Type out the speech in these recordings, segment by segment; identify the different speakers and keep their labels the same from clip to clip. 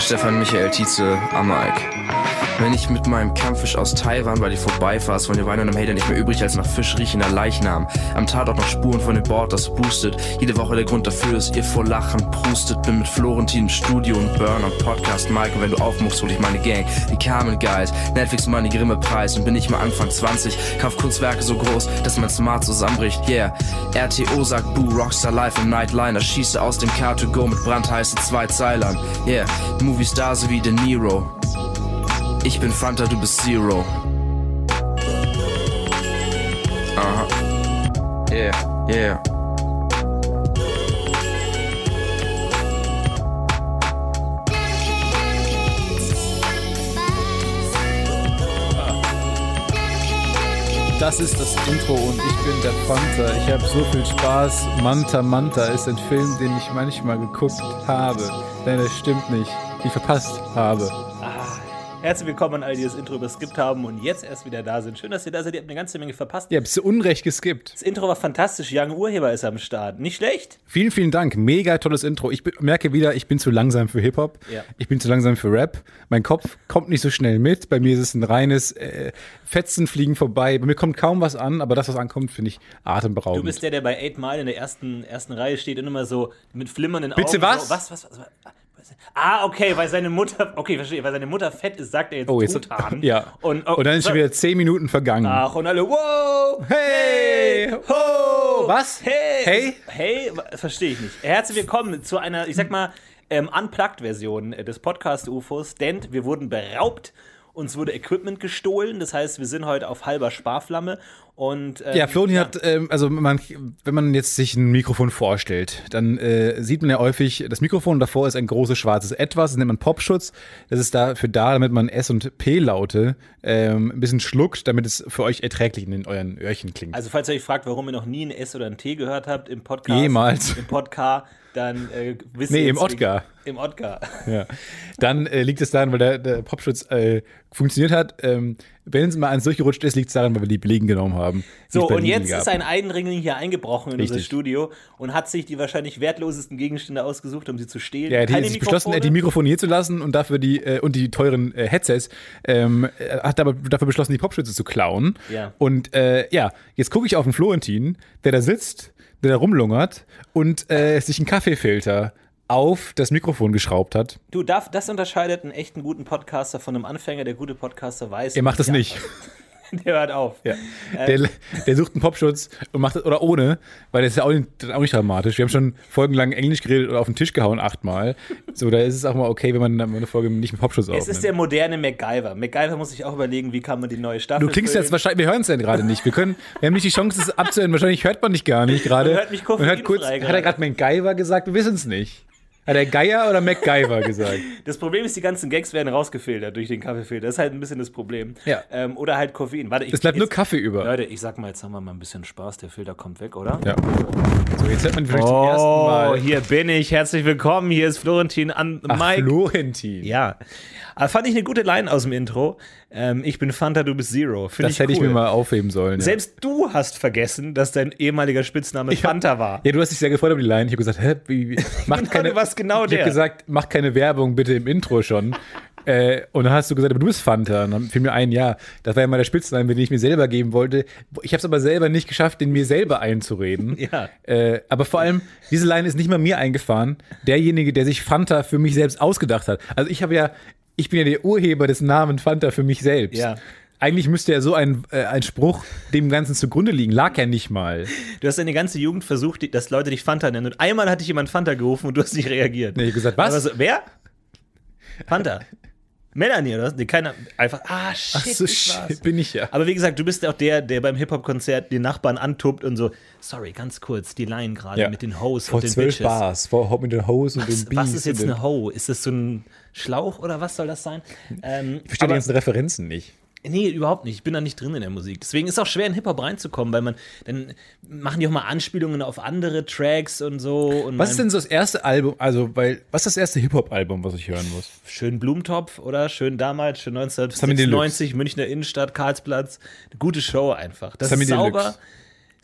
Speaker 1: Stefan Michael Tietze am Mike. Wenn ich mit meinem Kampffisch aus Taiwan bei dir vorbeifahr, ist von den Weinen und dem Hater nicht mehr übrig als nach Fisch riechender Leichnam. Am Tatort noch Spuren von dem Board, das boostet. Jede Woche der Grund dafür, dass ihr vor Lachen prustet. Bin mit Florentin im Studio und Burn am Podcast Mike. Und wenn du aufmuchst, hol ich meine Gang. Die Carmen Guys, Netflix Money, Grimme Preis. Und bin ich mal Anfang 20. Kauf Kunstwerke so groß, dass mein Smart zusammenbricht. Yeah. RTO sagt Boo, Rockstar Life im Nightliner. Schieße aus dem Car2Go mit brandheißen zwei Zeilern. Yeah. Movie Stars wie De Niro. Ich bin Fanta, du bist Zero. Aha. Yeah, yeah.
Speaker 2: Das ist das Intro und ich bin der Panther. Ich habe so viel Spaß. Manta Manta ist ein Film, den ich manchmal geguckt habe. Nein, das stimmt nicht. Ich verpasst habe.
Speaker 3: Herzlich willkommen an all die das Intro überskippt haben und jetzt erst wieder da sind. Schön, dass ihr da seid. Ihr habt eine ganze Menge verpasst.
Speaker 2: Ihr habt zu Unrecht geskippt.
Speaker 3: Das Intro war fantastisch. Young Urheber ist am Start. Nicht schlecht.
Speaker 2: Vielen, vielen Dank. Mega tolles Intro. Ich be- merke wieder, ich bin zu langsam für Hip-Hop.
Speaker 3: Ja.
Speaker 2: Ich bin zu langsam für Rap. Mein Kopf kommt nicht so schnell mit. Bei mir ist es ein reines äh, Fetzen fliegen vorbei. Bei mir kommt kaum was an, aber das, was ankommt, finde ich atemberaubend.
Speaker 3: Du bist der, der bei 8 Mile in der ersten, ersten Reihe steht und immer so mit flimmernden
Speaker 2: Bitte
Speaker 3: Augen.
Speaker 2: was?
Speaker 3: So, was, was, was, was? Ah, okay, weil seine Mutter, okay, verstehe, weil seine Mutter fett ist, sagt er jetzt,
Speaker 2: oh, jetzt,
Speaker 3: Tutan.
Speaker 2: ja.
Speaker 3: Und, oh,
Speaker 2: und dann ist schon wieder zehn Minuten vergangen.
Speaker 3: Ach, und alle, wow!
Speaker 2: Hey!
Speaker 3: Ho!
Speaker 2: Was?
Speaker 3: Hey!
Speaker 2: Hey?
Speaker 3: Hey, wa- verstehe ich nicht. Herzlich willkommen zu einer, ich sag mal, ähm, Unplugged-Version äh, des Podcast-UFOs, denn wir wurden beraubt. Uns wurde Equipment gestohlen, das heißt, wir sind heute auf halber Sparflamme und ähm,
Speaker 2: Ja, Florian hat, ähm, also man, wenn man jetzt sich ein Mikrofon vorstellt, dann äh, sieht man ja häufig, das Mikrofon davor ist ein großes schwarzes Etwas, das nennt man Popschutz. Das ist dafür da, damit man S- und P-Laute ähm, ein bisschen schluckt, damit es für euch erträglich in euren Öhrchen klingt.
Speaker 3: Also, falls ihr euch fragt, warum ihr noch nie ein S oder ein T gehört habt im Podcast.
Speaker 2: Jemals.
Speaker 3: Im Podcast, dann äh, wisst
Speaker 2: Nee,
Speaker 3: ihr.
Speaker 2: im
Speaker 3: jetzt-
Speaker 2: Otka.
Speaker 3: Im Otka.
Speaker 2: ja. Dann äh, liegt es daran, weil der, der Popschutz äh, funktioniert hat. Ähm, wenn es mal eins durchgerutscht ist, liegt es daran, weil wir die Belegen genommen haben. die
Speaker 3: So,
Speaker 2: es bei
Speaker 3: und
Speaker 2: Lidl
Speaker 3: jetzt
Speaker 2: gab.
Speaker 3: ist ein Eidenringling hier eingebrochen in unser
Speaker 2: Richtig.
Speaker 3: Studio und hat sich die wahrscheinlich wertlosesten Gegenstände ausgesucht, um sie zu stehlen.
Speaker 2: Ja, er
Speaker 3: Keine
Speaker 2: hat sich beschlossen, er hat die
Speaker 3: Mikrofone.
Speaker 2: Mikrofone hier zu lassen und dafür die äh, und die teuren äh, Headsets. Ähm, er hat aber dafür beschlossen, die Popschütze zu klauen.
Speaker 3: Ja.
Speaker 2: Und äh, ja, jetzt gucke ich auf den Florentin, der da sitzt, der da rumlungert und äh, sich einen Kaffeefilter auf das Mikrofon geschraubt hat.
Speaker 3: Du, darf, das unterscheidet einen echten guten Podcaster von einem Anfänger, der gute Podcaster weiß.
Speaker 2: Er macht das
Speaker 3: ja, Äh.
Speaker 2: nicht.
Speaker 3: Der hört auf.
Speaker 2: Ja. Der, der sucht einen Popschutz und macht das, oder ohne, weil das ist ja auch nicht, das ist auch nicht dramatisch. Wir haben schon folgenlang Englisch geredet oder auf den Tisch gehauen achtmal. So, da ist es auch mal okay, wenn man dann mal eine Folge nicht mit Popschutz
Speaker 3: Es
Speaker 2: aufnimmt.
Speaker 3: ist der moderne MacGyver. MacGyver muss sich auch überlegen, wie kann man die neue Staffel.
Speaker 2: du klingst jetzt
Speaker 3: füllen.
Speaker 2: wahrscheinlich, wir hören es ja gerade nicht. Wir können, wir haben nicht die Chance, es abzuhören. Wahrscheinlich hört man dich gar nicht gerade.
Speaker 3: Man hört mich
Speaker 2: Man hört kurz,
Speaker 3: koffeinfrei
Speaker 2: hat
Speaker 3: gerade.
Speaker 2: er gerade MacGyver gesagt? Wir wissen es nicht. Hat er Geier oder MacGyver gesagt?
Speaker 3: Das Problem ist, die ganzen Gags werden rausgefiltert durch den Kaffeefilter. Das ist halt ein bisschen das Problem.
Speaker 2: Ja.
Speaker 3: Ähm, oder halt Koffein. Warte, ich,
Speaker 2: Es bleibt nur
Speaker 3: jetzt-
Speaker 2: Kaffee über.
Speaker 3: Leute, ich sag mal, jetzt haben wir mal ein bisschen Spaß. Der Filter kommt weg, oder?
Speaker 2: Ja. So, jetzt hört man vielleicht zum ersten Mal.
Speaker 3: Oh, hier bin ich. Herzlich willkommen. Hier ist Florentin an
Speaker 2: Ach, Florentin.
Speaker 3: Ja. Aber fand ich eine gute Line aus dem Intro. Ähm, ich bin Fanta, du bist Zero. Finde
Speaker 2: Das
Speaker 3: ich
Speaker 2: hätte ich
Speaker 3: cool.
Speaker 2: mir mal aufheben sollen. Ja.
Speaker 3: Selbst du hast vergessen, dass dein ehemaliger Spitzname Fanta war.
Speaker 2: Ja, du hast dich sehr gefreut über die Line. Ich habe gesagt, hä, wie, wie, macht
Speaker 3: Genau,
Speaker 2: keine,
Speaker 3: du warst genau
Speaker 2: ich
Speaker 3: der.
Speaker 2: habe gesagt, mach keine Werbung bitte im Intro schon. äh, und dann hast du gesagt, aber du bist Fanta. Und dann fiel mir ein, ja, das war ja mal der Spitzname, den ich mir selber geben wollte. Ich habe es aber selber nicht geschafft, den mir selber einzureden.
Speaker 3: Ja.
Speaker 2: Äh, aber vor allem, diese Line ist nicht mal mir eingefahren. Derjenige, der sich Fanta für mich selbst ausgedacht hat. Also ich habe ja, ich bin ja der Urheber des Namens Fanta für mich selbst.
Speaker 3: Ja.
Speaker 2: Eigentlich müsste ja so ein, äh, ein Spruch dem Ganzen zugrunde liegen. Lag ja nicht mal.
Speaker 3: Du hast deine ganze Jugend versucht, die- dass Leute dich Fanta nennen. Und einmal hat dich jemand Fanta gerufen und du hast nicht reagiert.
Speaker 2: Nee, ich hab gesagt, was?
Speaker 3: Aber So, wer? Fanta. Melanie oder was? Nee, keiner. Einfach. Ah, shit.
Speaker 2: Ach so,
Speaker 3: ich war's.
Speaker 2: shit, bin ich ja.
Speaker 3: Aber wie gesagt, du bist auch der, der beim Hip-Hop-Konzert den Nachbarn antuppt und so, sorry, ganz kurz, die Line gerade
Speaker 2: Ja.
Speaker 3: mit den Hoes
Speaker 2: Vor
Speaker 3: und den
Speaker 2: zwölf
Speaker 3: Bitches.
Speaker 2: Bars, vor Hop mit den Hoes und den
Speaker 3: Was,
Speaker 2: Bees.
Speaker 3: was ist jetzt
Speaker 2: und den-
Speaker 3: eine Ho? Ist das so ein Schlauch oder was soll das sein? Ähm,
Speaker 2: Ich verstehe die
Speaker 3: aber-
Speaker 2: ganzen Referenzen nicht.
Speaker 3: Nee, überhaupt nicht. Ich bin da nicht drin in der Musik. Deswegen ist es auch schwer, in Hip-Hop reinzukommen, weil man, dann machen die auch mal Anspielungen auf andere Tracks und so. Und
Speaker 2: Was ist denn so das erste Album, also, weil, was ist das erste Hip-Hop-Album, was ich hören muss?
Speaker 3: Schön Blumentopf, oder? Schön damals, schön
Speaker 2: Sammy
Speaker 3: 1996,
Speaker 2: Deluxe.
Speaker 3: Münchner Innenstadt, Karlsplatz. Eine gute Show einfach. Das
Speaker 2: Sammy
Speaker 3: ist
Speaker 2: Deluxe.
Speaker 3: sauber.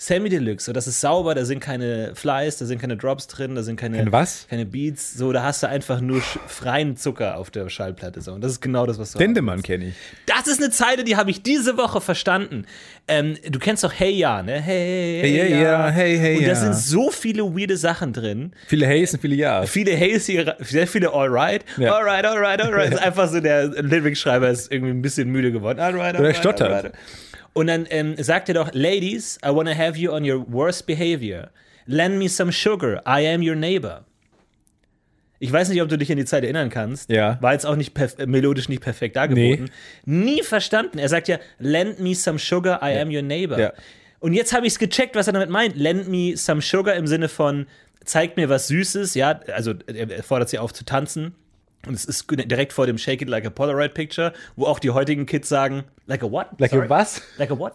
Speaker 3: Sammy Deluxe, so, das ist sauber, da sind keine Flies, da sind keine Drops drin, da sind keine,
Speaker 2: Keine was?
Speaker 3: keine Beats, so, da hast du einfach nur sch- freien Zucker auf der Schallplatte. So. Und das ist genau das, was du haben
Speaker 2: Dendemann kenne ich.
Speaker 3: Das ist eine Zeile, die habe ich diese Woche verstanden. Ähm, du kennst doch Hey Ja, ne? Hey,
Speaker 2: Hey, hey, ja, hey, hey,
Speaker 3: Und da
Speaker 2: ja.
Speaker 3: sind so viele weirde Sachen drin.
Speaker 2: Viele Hayes und viele Ja.
Speaker 3: Viele Heys hier, sehr viele Alright.
Speaker 2: Ja.
Speaker 3: Alright, alright, alright. Ist einfach so, der Lyric-Schreiber ist irgendwie ein bisschen müde geworden. Alright, alright.
Speaker 2: Oder stottert.
Speaker 3: alright. Und dann ähm, sagt er doch, Ladies, I wanna have you on your worst behavior. Lend me some sugar. I am your neighbor. Ich weiß nicht, ob du dich an die Zeit erinnern kannst.
Speaker 2: Ja.
Speaker 3: War jetzt auch nicht perf äh, melodisch nicht perfekt dargeboten. Nie verstanden. Er sagt ja, lend me some sugar, I am your neighbor.
Speaker 2: Ja.
Speaker 3: Und jetzt habe ich es gecheckt, was er damit meint. Lend me some sugar im Sinne von, zeigt mir was Süßes. Ja, also er er fordert sie auf zu tanzen. Und es ist direkt vor dem Shake It Like a Polaroid Picture, wo auch die heutigen Kids sagen, like a what?
Speaker 2: Like
Speaker 3: Sorry.
Speaker 2: a was?
Speaker 3: Like a what?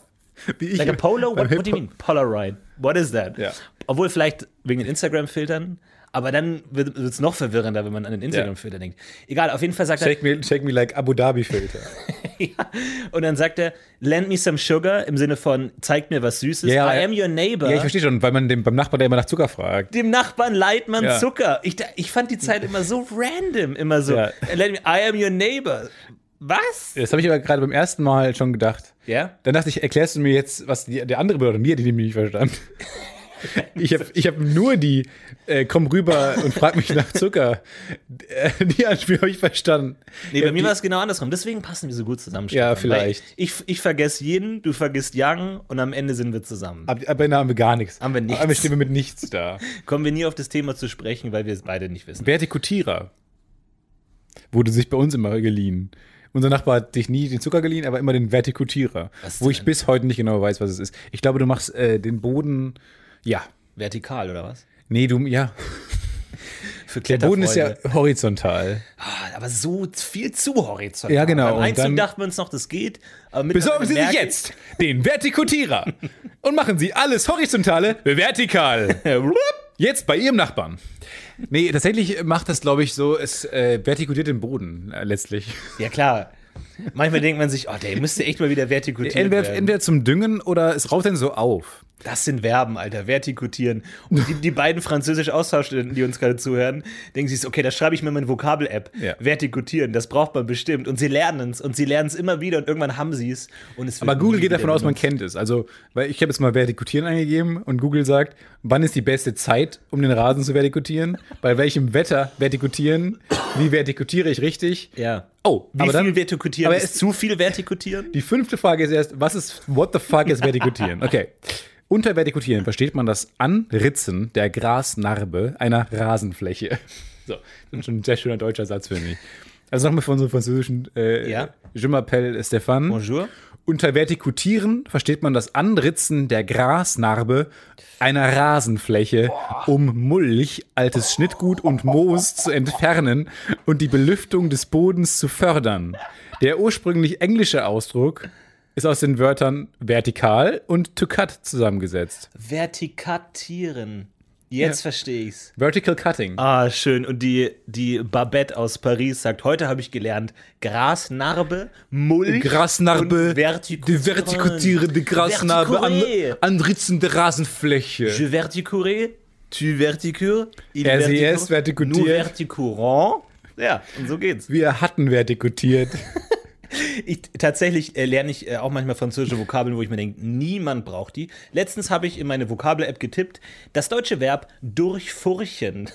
Speaker 2: Wie ich
Speaker 3: Like a polo?
Speaker 2: beim
Speaker 3: What, what do you mean? Polaroid. What is that?
Speaker 2: Ja.
Speaker 3: Obwohl vielleicht wegen den Instagram-Filtern, aber dann wird es noch verwirrender, wenn man an den Instagram-Filter denkt. Egal, auf jeden Fall sagt er,
Speaker 2: Shake me, shake me like Abu Dhabi-Filter.
Speaker 3: ja, und dann sagt er, lend me some sugar, im Sinne von, zeigt mir was Süßes.
Speaker 2: Ja, ja.
Speaker 3: I am your neighbor.
Speaker 2: ja, ich verstehe schon, weil man dem, beim Nachbarn, der immer nach Zucker fragt.
Speaker 3: dem Nachbarn leiht man
Speaker 2: Ja.
Speaker 3: Zucker. Ich, da- ich fand die Zeit immer so random, immer so.
Speaker 2: Ja.
Speaker 3: Lend me, I am your neighbor. Was?
Speaker 2: Das habe ich aber gerade beim ersten Mal schon gedacht.
Speaker 3: Ja?
Speaker 2: Dann dachte ich, erklärst du mir jetzt, was die, der andere bedeutet? Mir, die nämlich nicht verstanden. Ich habe ich hab nur die, äh, komm rüber und frag mich nach Zucker. Äh, Die Anspiel habe ich verstanden.
Speaker 3: Nee, bei mir
Speaker 2: die-
Speaker 3: war es genau andersrum. Deswegen passen wir so gut zusammen.
Speaker 2: Ja,
Speaker 3: Stefan.
Speaker 2: vielleicht.
Speaker 3: Weil Ich, ich vergesse jeden, du vergisst Young und am Ende sind wir zusammen.
Speaker 2: Ab, ab Ende haben wir gar nichts.
Speaker 3: Haben wir nichts.
Speaker 2: Aber stehen wir mit nichts da.
Speaker 3: Kommen wir nie auf das Thema zu sprechen, weil wir es beide nicht wissen.
Speaker 2: Vertikutierer wurde sich bei uns immer geliehen. Unser Nachbar hat dich nie den Zucker geliehen, aber immer den Vertikutierer.
Speaker 3: Was
Speaker 2: Wo ich
Speaker 3: denn?
Speaker 2: bis heute nicht genau weiß, was es ist. Ich glaube, du machst äh, den Boden. Ja.
Speaker 3: Vertikal oder was?
Speaker 2: Nee, du. Ja.
Speaker 3: Für
Speaker 2: Der Boden ist ja horizontal.
Speaker 3: Ah, aber so viel zu horizontal.
Speaker 2: Ja, genau.
Speaker 3: Beim
Speaker 2: Und
Speaker 3: Einzug
Speaker 2: dann-
Speaker 3: dachten wir uns noch, das geht. Aber
Speaker 2: Besorgen
Speaker 3: mittlerweile
Speaker 2: Sie sich
Speaker 3: merken-
Speaker 2: jetzt den Vertikutierer und machen Sie alles Horizontale vertikal. Jetzt bei Ihrem Nachbarn. Nee, tatsächlich macht das, glaube ich, so, es äh, vertikutiert den Boden äh, letztlich.
Speaker 3: Ja, klar. Manchmal denkt man sich, oh, der müsste echt mal wieder vertikutiert
Speaker 2: Entweder,
Speaker 3: werden.
Speaker 2: entweder zum Düngen oder es raucht dann so auf.
Speaker 3: Das sind Verben, Alter. Vertikutieren. Und die, die beiden französisch Austauschstudenten, die uns gerade zuhören, denken sich, so, okay, das schreibe ich mir in meine Vokabel-App.
Speaker 2: Ja.
Speaker 3: Vertikutieren, das braucht man bestimmt. Und sie lernen es. Und sie lernen es immer wieder und irgendwann haben sie es. Und es wird
Speaker 2: Aber Google
Speaker 3: nie
Speaker 2: geht
Speaker 3: wieder
Speaker 2: davon aus, man
Speaker 3: benutzt.
Speaker 2: kennt es. Also, weil ich habe jetzt mal vertikutieren eingegeben und Google sagt, wann ist die beste Zeit, um den Rasen zu vertikutieren? Bei welchem Wetter vertikutieren? Wie vertikutiere ich richtig?
Speaker 3: Ja.
Speaker 2: Oh,
Speaker 3: Wie
Speaker 2: aber
Speaker 3: viel
Speaker 2: dann,
Speaker 3: vertikutieren?
Speaker 2: aber
Speaker 3: ist
Speaker 2: es-
Speaker 3: zu viel vertikutieren?
Speaker 2: die fünfte Frage ist erst, was ist, what the fuck ist vertikutieren? Okay. Unter vertikutieren versteht man das Anritzen der Grasnarbe einer Rasenfläche. So, das ist schon ein sehr schöner deutscher Satz für mich. Also nochmal für unseren französischen äh,
Speaker 3: Ja.
Speaker 2: Je m'appelle Stéphane.
Speaker 3: Bonjour.
Speaker 2: Unter Vertikutieren versteht man das Anritzen der Grasnarbe einer Rasenfläche, um Mulch, altes Schnittgut und Moos zu entfernen und die Belüftung des Bodens zu fördern. Der ursprünglich englische Ausdruck ist aus den Wörtern vertikal und to cut zusammengesetzt.
Speaker 3: Vertikatieren. Jetzt verstehe ich's.
Speaker 2: Vertical cutting.
Speaker 3: Ah, schön. Und die, die Babette aus Paris sagt: Heute habe ich gelernt, Grasnarbe, Mulch.
Speaker 2: Grasnarbe,
Speaker 3: und
Speaker 2: die vertikutierende Grasnarbe, an,
Speaker 3: Vertikure.
Speaker 2: anritzende Rasenfläche.
Speaker 3: Je verticurais, tu verticures, il
Speaker 2: Er, sie,
Speaker 3: verticure,
Speaker 2: es vertikutiert.
Speaker 3: nous verticurons. Ja, und so geht's.
Speaker 2: Wir hatten vertikutiert.
Speaker 3: Ich, tatsächlich äh, lerne ich äh, auch manchmal französische Vokabeln, wo ich mir denke, niemand braucht die. Letztens habe ich in meine Vokabel-App getippt, das deutsche Verb durchfurchen.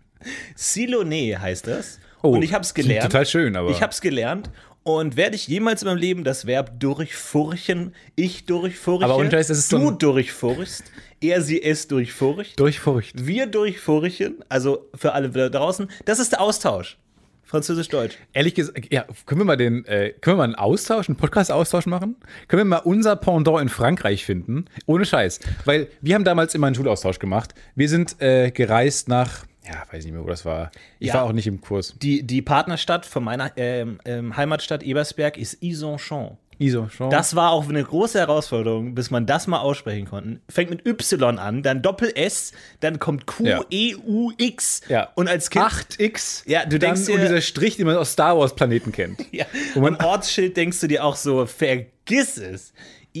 Speaker 3: Silone heißt das.
Speaker 2: Oh,
Speaker 3: und ich habe es
Speaker 2: klingt
Speaker 3: gelernt.
Speaker 2: total schön, aber-
Speaker 3: Ich habe es gelernt. Und werde ich jemals in meinem Leben das Verb durchfurchen, ich durchfurche,
Speaker 2: Aber unter ist es so
Speaker 3: du
Speaker 2: ein-
Speaker 3: durchfurchst, er, sie, es durchfurcht,
Speaker 2: Durch Furcht.
Speaker 3: wir durchfurchen, also für alle da draußen, das ist der Austausch. Französisch-Deutsch.
Speaker 2: Ehrlich gesagt, ja, können wir mal den, äh, können wir mal einen Austausch, einen Podcast-Austausch machen? Können wir mal unser Pendant in Frankreich finden? Ohne Scheiß. Weil wir haben damals immer einen Schulaustausch gemacht. Wir sind äh, gereist nach, ja, weiß nicht mehr, wo das war. Ich
Speaker 3: Ja.
Speaker 2: war auch nicht im Kurs.
Speaker 3: Die, die Partnerstadt von meiner ähm, ähm, Heimatstadt Ebersberg ist Isonchon.
Speaker 2: ISO, schon.
Speaker 3: Das war auch eine große Herausforderung, bis man das mal aussprechen konnte. Fängt mit Y an, dann Doppel-S, dann kommt Q,
Speaker 2: Ja.
Speaker 3: E, U, X.
Speaker 2: ja.
Speaker 3: Und als Kind.
Speaker 2: 8x.
Speaker 3: Ja, du
Speaker 2: dann,
Speaker 3: denkst dir-
Speaker 2: Und dieser Strich, den man aus Star Wars-Planeten kennt.
Speaker 3: Ja,
Speaker 2: Und man-
Speaker 3: am Ortsschild denkst du dir auch so, vergiss es.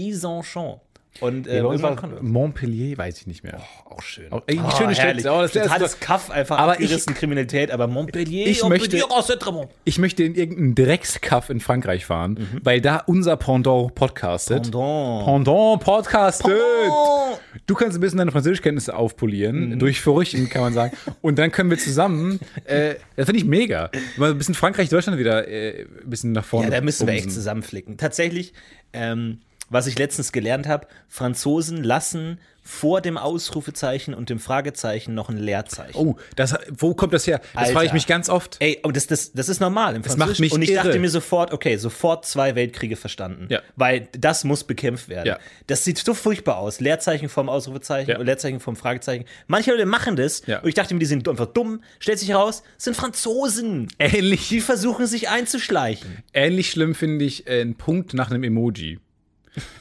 Speaker 3: Isonchon. Und äh,
Speaker 2: Ja, bei uns
Speaker 3: irgendwann
Speaker 2: war
Speaker 3: konnte-
Speaker 2: Montpellier, weiß ich nicht mehr.
Speaker 3: auch schön.
Speaker 2: Auch- ey, die schöne Stadt.
Speaker 3: herrlich.
Speaker 2: Oh, das- das-
Speaker 3: Totales Kaff einfach
Speaker 2: Aber
Speaker 3: abgerissen, Kriminalität, aber Montpellier,
Speaker 2: Ich möchte-
Speaker 3: Montpellier, oh, c'est très bon.
Speaker 2: Ich möchte in irgendeinen Dreckskaff in Frankreich fahren, weil da unser Pendant podcastet.
Speaker 3: Mhm. Pendant.
Speaker 2: Pendant podcastet.
Speaker 3: Pendant. Mhm.
Speaker 2: Du kannst ein bisschen deine Französischkenntnisse aufpolieren, durch Furchen kann man sagen. Und dann können wir zusammen, äh, das finde ich mega, mal ein bisschen Frankreich, Deutschland wieder äh, ein bisschen nach vorne.
Speaker 3: Ja, da müssen wir echt
Speaker 2: bumsen.
Speaker 3: zusammenflicken. Tatsächlich, ähm, was ich letztens gelernt habe, Franzosen lassen vor dem Ausrufezeichen und dem Fragezeichen noch ein Leerzeichen.
Speaker 2: Oh, das, wo kommt das her? Das
Speaker 3: Alter.
Speaker 2: frage ich mich ganz oft.
Speaker 3: Ey, und das, das, das ist normal im
Speaker 2: macht
Speaker 3: Französischen.
Speaker 2: mich
Speaker 3: und ich
Speaker 2: irre.
Speaker 3: dachte mir sofort, okay, sofort zwei Weltkriege verstanden.
Speaker 2: Ja.
Speaker 3: Weil das muss bekämpft werden.
Speaker 2: Ja.
Speaker 3: Das sieht so furchtbar aus. Leerzeichen vom Ausrufezeichen
Speaker 2: Ja.
Speaker 3: und Leerzeichen vom Fragezeichen. Manche Leute machen das
Speaker 2: Ja.
Speaker 3: und ich dachte mir, die sind einfach dumm. Stellt sich heraus, sind Franzosen.
Speaker 2: Ähnlich,
Speaker 3: Die versuchen sich einzuschleichen.
Speaker 2: ähnlich schlimm finde ich äh, einen Punkt nach einem Emoji.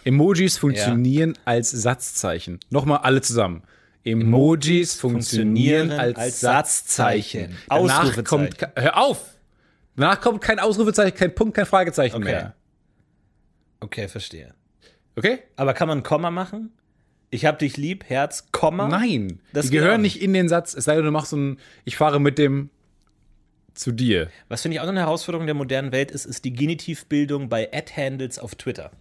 Speaker 2: Emojis funktionieren als Satzzeichen. Nochmal alle zusammen. Emojis funktionieren als,
Speaker 3: als
Speaker 2: Satzzeichen.
Speaker 3: Satzzeichen.
Speaker 2: Danach
Speaker 3: Ausrufezeichen.
Speaker 2: kommt, ke- hör auf! Danach kommt kein Ausrufezeichen, kein Punkt, kein Fragezeichen
Speaker 3: Okay.
Speaker 2: mehr.
Speaker 3: Okay, verstehe.
Speaker 2: Okay?
Speaker 3: Aber kann man ein Komma machen? Ich hab dich lieb, Herz, Komma.
Speaker 2: Nein,
Speaker 3: Das
Speaker 2: die
Speaker 3: geht
Speaker 2: gehören
Speaker 3: auch
Speaker 2: nicht in den Satz. Es sei denn, du machst so ein Ich fahre mit dem zu dir.
Speaker 3: Was finde ich auch eine Herausforderung der modernen Welt ist, ist die Genitivbildung bei Ad-Handles auf Twitter.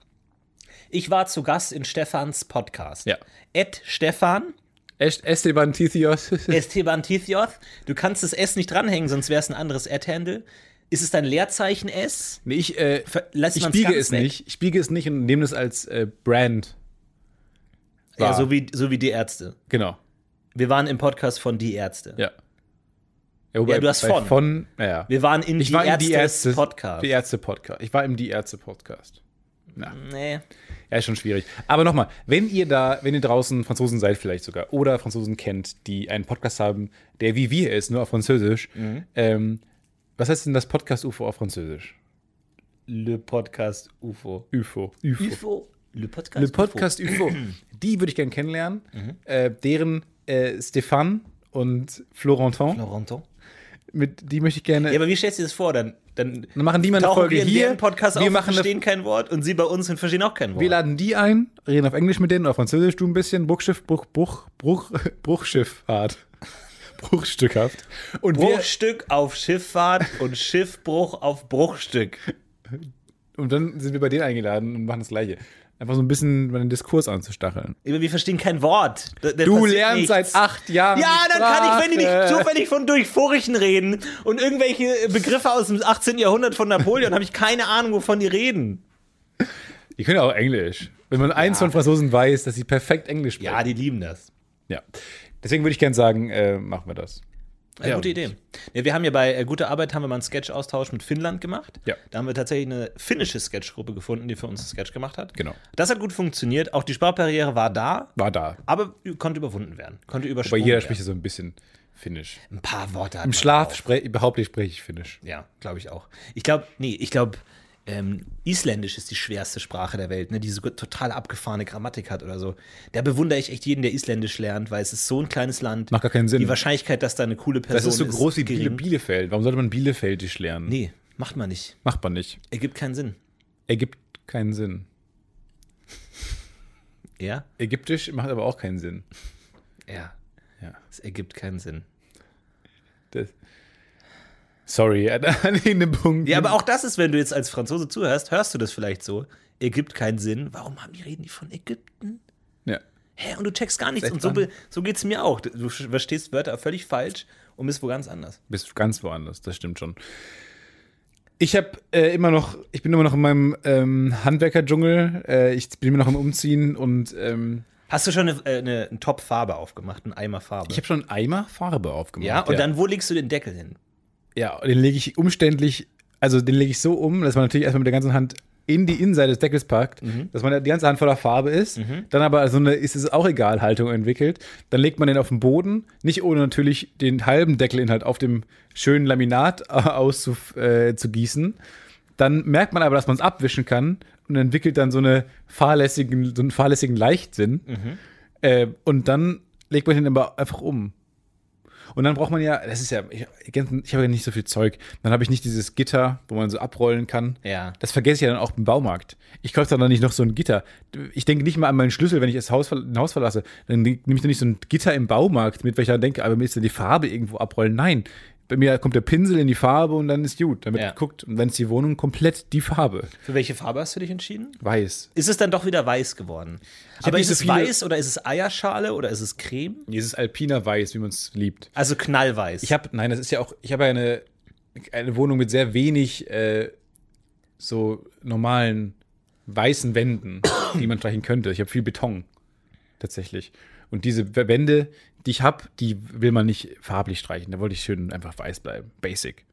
Speaker 3: Ich war zu Gast in Stefans Podcast.
Speaker 2: Ja.
Speaker 3: Ed Stefan,
Speaker 2: Est- Esteban Tithios.
Speaker 3: Esteban Tithioth. Du kannst das S nicht dranhängen, sonst wäre es ein anderes Ad-Handle. Ist es dein Leerzeichen S?
Speaker 2: Nee, ich äh,
Speaker 3: Ver- lässt
Speaker 2: ich
Speaker 3: man's
Speaker 2: biege
Speaker 3: ganz
Speaker 2: es
Speaker 3: weg.
Speaker 2: nicht. Ich biege es nicht und nehme das als äh, Brand.
Speaker 3: Ja,
Speaker 2: Wahr.
Speaker 3: so wie, so wie die Ärzte.
Speaker 2: Genau.
Speaker 3: Wir waren im Podcast von Die Ärzte.
Speaker 2: Ja. Ja, wobei,
Speaker 3: Ja, du hast
Speaker 2: bei
Speaker 3: von.
Speaker 2: von naja.
Speaker 3: Wir waren in
Speaker 2: ich
Speaker 3: Die
Speaker 2: war im
Speaker 3: Ärzte,
Speaker 2: Die Ärzte
Speaker 3: Podcast.
Speaker 2: Die Ärzte Podcast. Ich war im Die Ärzte Podcast.
Speaker 3: nee.
Speaker 2: Ja, ist schon schwierig. Aber nochmal, wenn ihr da, wenn ihr draußen Franzosen seid vielleicht sogar oder Franzosen kennt, die einen Podcast haben, der wie wir ist, nur auf Französisch.
Speaker 3: Mhm.
Speaker 2: Ähm, was heißt denn das Podcast UFO auf Französisch?
Speaker 3: Le Podcast UFO.
Speaker 2: UFO. UFO.
Speaker 3: UFO? Le Podcast
Speaker 2: Le Podcast UFO. Die würde ich gerne
Speaker 3: Mhm.
Speaker 2: kennenlernen. Äh, deren äh, Stéphane und Florentin
Speaker 3: UFO. Laurentin.
Speaker 2: Mit, die möchte ich gerne.
Speaker 3: Ja, aber wie stellst du dir das vor? Dann, dann,
Speaker 2: Dann machen die mal eine
Speaker 3: tauchen
Speaker 2: Folge
Speaker 3: wir in
Speaker 2: hier,
Speaker 3: deren Podcast
Speaker 2: wir
Speaker 3: auf und
Speaker 2: machen eine-
Speaker 3: verstehen kein Wort und sie bei uns und verstehen auch kein Wort.
Speaker 2: Wir laden die ein, reden auf Englisch mit denen oder Französisch, du ein bisschen. Bruchschiff, Bruch, Bruch, Bruch, Bruchschifffahrt. Bruchstückhaft. Und wir,
Speaker 3: Bruchstück auf Schifffahrt und Schiffbruch auf Bruchstück.
Speaker 2: Und dann sind wir bei denen eingeladen und machen das Gleiche. Einfach so ein bisschen den Diskurs anzustacheln.
Speaker 3: Aber wir verstehen kein Wort. Da- da
Speaker 2: Du
Speaker 3: passiert
Speaker 2: lernst
Speaker 3: nichts.
Speaker 2: seit acht Jahren.
Speaker 3: Ja,
Speaker 2: die
Speaker 3: dann kann ich, wenn die nicht
Speaker 2: Sprache.
Speaker 3: zufällig von durch Furchen reden und irgendwelche Begriffe aus dem 18. Jahrhundert von Napoleon, habe ich keine Ahnung, wovon die reden.
Speaker 2: Die können ja auch Englisch. Wenn man eins von Franzosen weiß, dass sie perfekt Englisch sprechen.
Speaker 3: Ja, die lieben das.
Speaker 2: Ja. Deswegen würde ich gerne sagen, äh, machen wir das.
Speaker 3: Eine
Speaker 2: Ja.
Speaker 3: Äh, gute Idee. Ja, wir haben ja bei äh, Gute Arbeit haben wir mal einen Sketch-Austausch mit Finnland gemacht.
Speaker 2: Ja.
Speaker 3: Da haben wir tatsächlich eine finnische Sketchgruppe gefunden, die für uns einen Sketch gemacht hat.
Speaker 2: Genau.
Speaker 3: Das hat gut funktioniert. Auch die Sprachbarriere war da,
Speaker 2: War da.
Speaker 3: aber konnte überwunden werden. Konnte
Speaker 2: Bei
Speaker 3: übersprungen
Speaker 2: jeder
Speaker 3: werden.
Speaker 2: spricht ja so ein bisschen Finnisch.
Speaker 3: Ein paar Worte.
Speaker 2: Im Schlaf spre behaupte ich, spreche ich Finnisch.
Speaker 3: Ja, glaube ich auch. Ich glaube, nee, ich glaube, ähm, Isländisch ist die schwerste Sprache der Welt, ne, die so total abgefahrene Grammatik hat oder so. Da bewundere ich echt jeden, der Isländisch lernt, weil es ist so ein kleines Land.
Speaker 2: Macht gar keinen Sinn.
Speaker 3: Die Wahrscheinlichkeit, dass da eine coole Person
Speaker 2: Das ist so groß wie
Speaker 3: gering.
Speaker 2: Biele Bielefeld. Warum sollte man Bielefeldisch lernen?
Speaker 3: Nee, macht man nicht.
Speaker 2: Macht man nicht.
Speaker 3: Ergibt keinen Sinn.
Speaker 2: Ergibt keinen Sinn.
Speaker 3: Ja?
Speaker 2: Ägyptisch macht aber auch keinen Sinn.
Speaker 3: Ja.
Speaker 2: Ja.
Speaker 3: Es ergibt keinen Sinn.
Speaker 2: Das Sorry, an irgendeinem Punkt.
Speaker 3: Ja, aber auch das ist, wenn du jetzt als Franzose zuhörst, hörst du das vielleicht so. Ergibt keinen Sinn. Warum haben die reden die von Ägypten?
Speaker 2: Ja.
Speaker 3: Hä? Und du checkst gar nichts.
Speaker 2: Seit
Speaker 3: Und so,
Speaker 2: wann?
Speaker 3: be- so geht es mir auch. Du verstehst Wörter völlig falsch und bist wo ganz anders.
Speaker 2: Bist ganz woanders, das stimmt schon. Ich habe äh, immer noch, ich bin immer noch in meinem ähm, Handwerker-Dschungel. Äh, ich bin immer noch im Umziehen und ähm,
Speaker 3: Hast du schon eine, äh, eine, einen Top-Farbe aufgemacht, einen Eimer Farbe?
Speaker 2: ich habe schon einen Eimer Farbe aufgemacht.
Speaker 3: ja, und dann, wo legst du den Deckel hin?
Speaker 2: Ja, den lege ich umständlich, also den lege ich so um, dass man natürlich erstmal mit der ganzen Hand in die Innenseite des Deckels packt, dass man die ganze Hand voller Farbe ist, dann aber so eine ist es auch egal Haltung entwickelt, dann legt man den auf den Boden, nicht ohne natürlich den halben Deckelinhalt auf dem schönen Laminat auszugießen. Äh, zu gießen. dann merkt man aber, dass man es abwischen kann und entwickelt dann so, eine fahrlässigen, so einen fahrlässigen Leichtsinn. Äh, und dann legt man den aber einfach um. Und dann braucht man ja, das ist ja, ich, ich habe ja nicht so viel Zeug. Dann habe ich nicht dieses Gitter, wo man so abrollen kann.
Speaker 3: Ja.
Speaker 2: Das vergesse ich ja dann auch im Baumarkt. Ich kaufe dann nicht noch so ein Gitter. Ich denke nicht mal an meinen Schlüssel, wenn ich das Haus, verla- ein Haus verlasse. Dann nehme ich dann nicht so ein Gitter im Baumarkt mit, weil ich dann denke, aber mir ist dann die Farbe irgendwo abrollen. Nein. Bei mir kommt der Pinsel in die Farbe und dann ist gut. Dann wird
Speaker 3: Ja.
Speaker 2: geguckt. Und dann ist die Wohnung komplett die Farbe.
Speaker 3: Für welche Farbe hast du dich entschieden?
Speaker 2: Weiß.
Speaker 3: Ist es dann doch wieder weiß geworden?
Speaker 2: hab
Speaker 3: Aber
Speaker 2: nicht
Speaker 3: ist
Speaker 2: so
Speaker 3: es
Speaker 2: viele-
Speaker 3: weiß oder ist es Eierschale oder ist es Creme?
Speaker 2: Dieses alpiner Weiß, wie man es liebt.
Speaker 3: Also knallweiß.
Speaker 2: Ich habe, nein, das ist ja auch, ich habe ja eine, eine Wohnung mit sehr wenig äh, so normalen weißen Wänden, die man streichen könnte. Ich habe viel Beton tatsächlich. Und diese Wände, die ich habe, die will man nicht farblich streichen. Da wollte ich schön einfach weiß bleiben. Basic.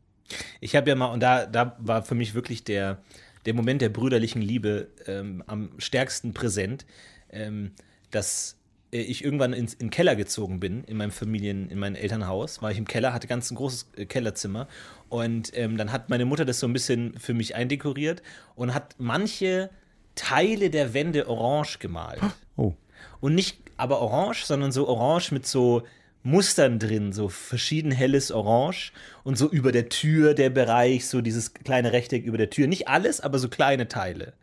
Speaker 3: Ich habe ja mal, und da, da war für mich wirklich der, der Moment der brüderlichen Liebe ähm, am stärksten präsent, ähm, dass äh, ich irgendwann ins, in den Keller gezogen bin, in meinem Familien, in meinem Elternhaus, war ich im Keller, hatte ganz ein großes äh, Kellerzimmer und ähm, dann hat meine Mutter das so ein bisschen für mich eindekoriert und hat manche Teile der Wände orange gemalt.
Speaker 2: Oh.
Speaker 3: Und nicht aber orange, sondern so orange mit so Mustern drin, so verschieden helles Orange und so über der Tür der Bereich, so dieses kleine Rechteck über der Tür. Nicht alles, aber so kleine Teile.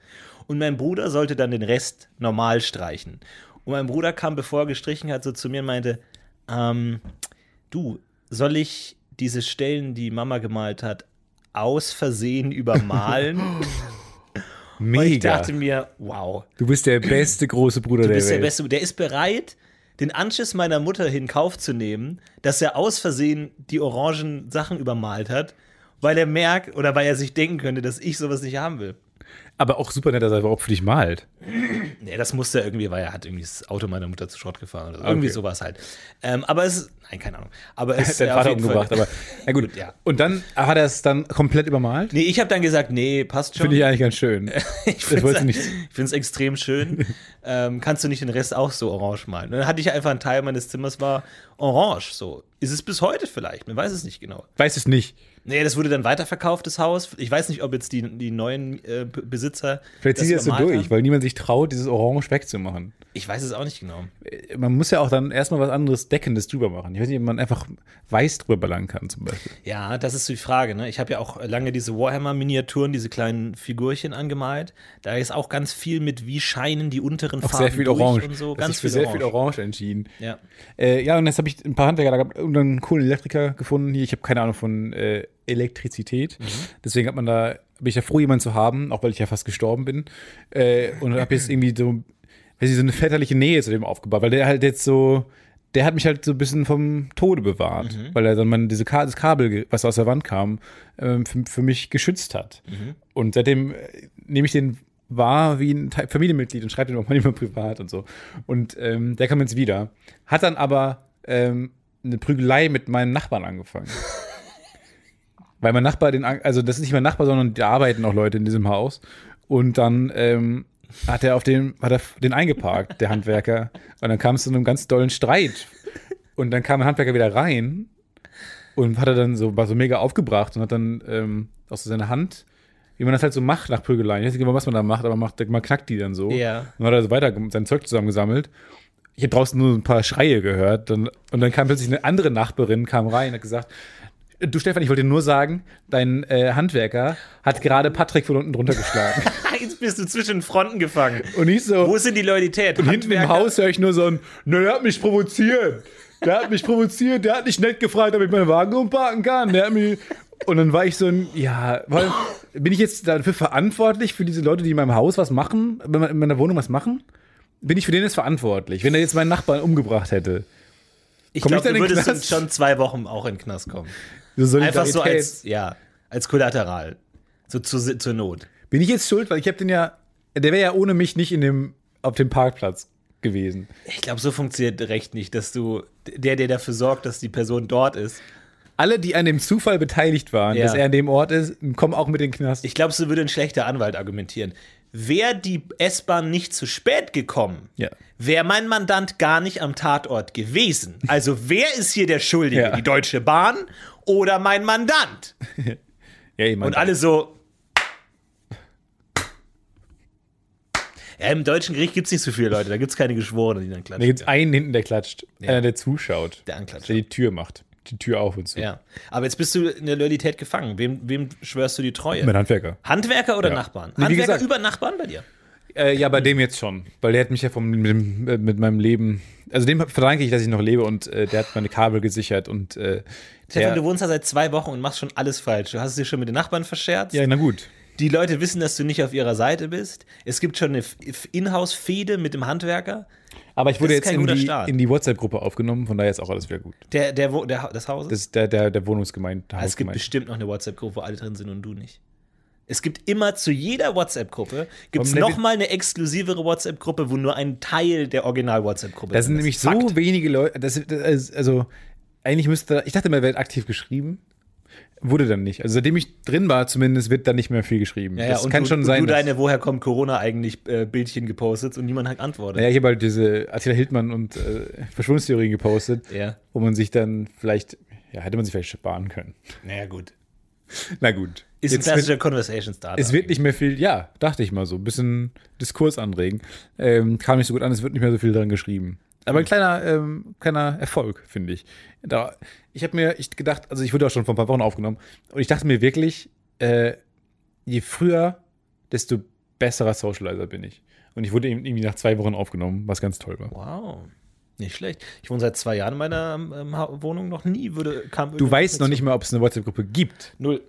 Speaker 3: Und mein Bruder sollte dann den Rest normal streichen. Und mein Bruder kam, bevor er gestrichen hat, so zu mir und meinte, ähm, du, soll ich diese Stellen, die Mama gemalt hat, aus Versehen übermalen? und ich
Speaker 2: Mega.
Speaker 3: dachte mir, wow,
Speaker 2: Du bist der beste große Bruder
Speaker 3: Du
Speaker 2: der
Speaker 3: bist der
Speaker 2: Welt.
Speaker 3: Beste. Der ist bereit, den Anschiss meiner Mutter in Kauf zu nehmen, dass er aus Versehen die orangen Sachen übermalt hat, weil er merkt oder weil er sich denken könnte, dass ich sowas nicht haben will.
Speaker 2: Aber auch super nett, dass er überhaupt für dich malt.
Speaker 3: Nee, das musste er irgendwie, weil er hat irgendwie das Auto meiner Mutter zu Schrott gefahren oder so. irgendwie
Speaker 2: Okay.
Speaker 3: sowas halt. Ähm, aber es, nein, keine Ahnung. Aber es
Speaker 2: Dein
Speaker 3: ja, auf
Speaker 2: Vater
Speaker 3: jeden
Speaker 2: umgebracht,
Speaker 3: Fall-
Speaker 2: aber na gut.
Speaker 3: Ja.
Speaker 2: Und dann hat er es dann komplett übermalt.
Speaker 3: Nee, ich habe dann gesagt, nee, passt schon.
Speaker 2: Finde ich eigentlich ganz schön.
Speaker 3: Ich
Speaker 2: Das wolltest du
Speaker 3: find's-
Speaker 2: nicht.
Speaker 3: Ich finde es extrem schön. ähm, kannst du nicht den Rest auch so orange malen? Und dann hatte ich einfach einen Teil meines Zimmers war orange. So ist es bis heute vielleicht. Man weiß es nicht genau.
Speaker 2: Weiß es nicht.
Speaker 3: Nee, das wurde dann weiterverkauft, das Haus. Ich weiß nicht, ob jetzt die, die neuen äh, B- Besitzer.
Speaker 2: Vielleicht zieht das so
Speaker 3: bemalt
Speaker 2: durch,
Speaker 3: haben.
Speaker 2: weil niemand sich traut, dieses Orange wegzumachen.
Speaker 3: Ich weiß es auch nicht genau.
Speaker 2: Äh, Man muss ja auch dann erstmal was anderes Deckendes drüber machen. Ich weiß nicht, ob man einfach weiß drüber ballern kann, zum Beispiel.
Speaker 3: Ja, das ist die Frage. Ne? Ich habe ja auch lange diese Warhammer-Miniaturen, diese kleinen Figurchen angemalt. Da ist auch ganz viel mit, wie scheinen die unteren
Speaker 2: Auch
Speaker 3: Farben
Speaker 2: sehr viel
Speaker 3: durch
Speaker 2: Orange.
Speaker 3: und so.
Speaker 2: Das
Speaker 3: Ganz
Speaker 2: ist für
Speaker 3: viel
Speaker 2: sehr
Speaker 3: Orange.
Speaker 2: viel Orange entschieden.
Speaker 3: Ja.
Speaker 2: Äh, ja, und jetzt habe ich ein paar Handwerker da gehabt und einen coolen Elektriker gefunden. Hier, ich habe keine Ahnung von äh, Elektrizität.
Speaker 3: Mhm.
Speaker 2: Deswegen hat man da, bin ich ja froh, jemanden zu haben, auch weil ich ja fast gestorben bin. Äh, und habe jetzt irgendwie so, weiß ich, so eine väterliche Nähe zu dem aufgebaut, weil der halt jetzt so, der hat mich halt so ein bisschen vom Tode bewahrt, weil er dann man diese Ka das Kabel, was aus der Wand kam, ähm, für, für mich geschützt hat. Und seitdem äh, nehme ich den war wie ein Teil- Familienmitglied und schreibt ihm auch manchmal privat und so. Und ähm, der kam jetzt wieder. Hat dann aber ähm, eine Prügelei mit meinen Nachbarn angefangen. Weil mein Nachbar den, an- also das ist nicht mein Nachbar, sondern da arbeiten auch Leute in diesem Haus. Und dann ähm, hat er auf den, hat er den eingeparkt, der Handwerker. Und dann kam es zu einem ganz dollen Streit. Und dann kam ein Handwerker wieder rein und hat er dann so, war so mega aufgebracht und hat dann ähm, aus seiner Hand, wie man das halt so macht nach Prügeleien. Ich weiß nicht genau, was man da macht, aber macht, man knackt die dann so.
Speaker 3: Ja.
Speaker 2: Und hat er so weiter sein Zeug zusammengesammelt. Ich habe draußen nur ein paar Schreie gehört. Dann, und dann kam plötzlich eine andere Nachbarin, kam rein und hat gesagt, Du, Stefan, ich wollte dir nur sagen, dein äh, Handwerker hat gerade Patrick von unten drunter geschlagen.
Speaker 3: Jetzt bist du zwischen den Fronten gefangen.
Speaker 2: Und ich so,
Speaker 3: Wo ist denn die Loyalität?
Speaker 2: und hinten im
Speaker 3: Handwerker?
Speaker 2: Haus höre ich nur so ein, "Na, der hat mich provoziert. Der hat mich provoziert, der hat nicht nett gefragt, ob ich meinen Wagen umparken kann. Der hat mich und dann war ich so ein, ja, weil, bin ich jetzt dafür verantwortlich, für diese Leute, die in meinem Haus was machen, wenn man in meiner Wohnung was machen? Bin ich für den jetzt verantwortlich, wenn er jetzt meinen Nachbarn umgebracht hätte?
Speaker 3: Ich
Speaker 2: Komm
Speaker 3: glaube,
Speaker 2: ich dann
Speaker 3: du
Speaker 2: in den
Speaker 3: würdest
Speaker 2: Knast?
Speaker 3: schon zwei Wochen auch in den Knast kommen.
Speaker 2: So
Speaker 3: Einfach so
Speaker 2: Solidarität.
Speaker 3: als, ja, als Kollateral. So zu, zur Not.
Speaker 2: Bin ich jetzt schuld, weil ich habe den ja, der wäre ja ohne mich nicht in dem, auf dem Parkplatz gewesen.
Speaker 3: Ich glaube, so funktioniert Recht nicht, dass du, der, der dafür sorgt, dass die Person dort ist,
Speaker 2: Alle, die an dem Zufall beteiligt waren,
Speaker 3: Ja.
Speaker 2: dass er an dem Ort ist, kommen auch mit in den Knast.
Speaker 3: Ich glaube, so würde ein schlechter Anwalt argumentieren. Wäre die S-Bahn nicht zu spät gekommen,
Speaker 2: Ja.
Speaker 3: wäre mein Mandant gar nicht am Tatort gewesen. Also wer ist hier der Schuldige?
Speaker 2: Ja.
Speaker 3: Die Deutsche Bahn oder mein Mandant?
Speaker 2: ja, jemand.
Speaker 3: Und alle so. Ja, Im deutschen Gericht gibt es nicht so viele Leute, da gibt es keine Geschworenen, die dann
Speaker 2: Da
Speaker 3: klatschen.
Speaker 2: gibt es einen hinten, der klatscht. Einer, der zuschaut.
Speaker 3: Der anklatscht.
Speaker 2: Der die Tür macht. Die Tür auf und zu.
Speaker 3: Ja. Aber jetzt bist du in der Loyalität gefangen. Wem, wem schwörst du die Treue?
Speaker 2: Mein Handwerker.
Speaker 3: Handwerker oder
Speaker 2: Ja.
Speaker 3: Nachbarn?
Speaker 2: Nee, wie
Speaker 3: Handwerker
Speaker 2: gesagt-
Speaker 3: über Nachbarn bei dir?
Speaker 2: Äh, ja, bei dem jetzt schon. Weil der hat mich ja vom, mit, dem, äh, mit meinem Leben. Also dem verdanke ich, dass ich noch lebe und äh, der hat meine Kabel gesichert und. Äh,
Speaker 3: Stefan,
Speaker 2: der,
Speaker 3: du wohnst da seit zwei Wochen und machst schon alles falsch. Du hast es dir schon mit den Nachbarn verscherzt.
Speaker 2: ja, na gut.
Speaker 3: Die Leute wissen, dass du nicht auf ihrer Seite bist. Es gibt schon eine F- Inhouse-Fehde mit dem Handwerker
Speaker 2: Aber ich wurde
Speaker 3: ist
Speaker 2: jetzt
Speaker 3: kein
Speaker 2: in
Speaker 3: guter
Speaker 2: die,
Speaker 3: Start.
Speaker 2: in die WhatsApp-Gruppe aufgenommen, von daher ist auch alles wieder gut.
Speaker 3: der, der, Wo- der, Ha- des Hauses.
Speaker 2: Das ist der, der, der Wohnungsgemeinde.
Speaker 3: Ah, es gibt bestimmt noch eine WhatsApp-Gruppe, wo alle drin sind und du nicht. Es gibt immer zu jeder WhatsApp-Gruppe gibt's
Speaker 2: Warum denn-
Speaker 3: noch mal eine exklusivere WhatsApp-Gruppe, wo nur ein Teil der Original-WhatsApp-Gruppe
Speaker 2: Da sind nämlich so
Speaker 3: Fakt.
Speaker 2: wenige Leute. Das, das, also, eigentlich müsste. Ich dachte immer, wird aktiv geschrieben. Wurde dann nicht. Also, seitdem ich drin war, zumindest, wird dann nicht mehr viel geschrieben.
Speaker 3: Ja, ja,
Speaker 2: das
Speaker 3: und
Speaker 2: kann
Speaker 3: du,
Speaker 2: schon
Speaker 3: und
Speaker 2: sein.
Speaker 3: Du
Speaker 2: dass-
Speaker 3: deine woher kommt Corona eigentlich äh, Bildchen gepostet und niemand hat antwortet.
Speaker 2: naja, ich habe halt diese Attila Hildmann und äh, Verschwörungstheorien gepostet,
Speaker 3: Ja.
Speaker 2: wo man sich dann vielleicht. Ja, hätte man sich vielleicht sparen können.
Speaker 3: Naja gut.
Speaker 2: Na gut.
Speaker 3: Ist ein
Speaker 2: Jetzt wird,
Speaker 3: klassischer Conversation Starter.
Speaker 2: es wird nicht mehr viel. Ja, dachte ich mal so. bisschen Diskurs anregen. Ähm, kam nicht so gut an. Es wird nicht mehr so viel dran geschrieben. Aber ein kleiner, ähm, kleiner Erfolg, finde ich. Da, ich habe mir ich gedacht, also ich wurde auch schon vor ein paar Wochen aufgenommen, und ich dachte mir wirklich, äh, je früher, desto besserer Socializer bin ich. Und ich wurde eben irgendwie nach zwei Wochen aufgenommen, was ganz toll war.
Speaker 3: Wow. Nicht schlecht. Ich wohne seit zwei Jahren in meiner ähm, Ha- Wohnung noch nie. Würde, kam
Speaker 2: Du weißt noch nicht mal, ob es eine WhatsApp-Gruppe gibt.
Speaker 3: Null.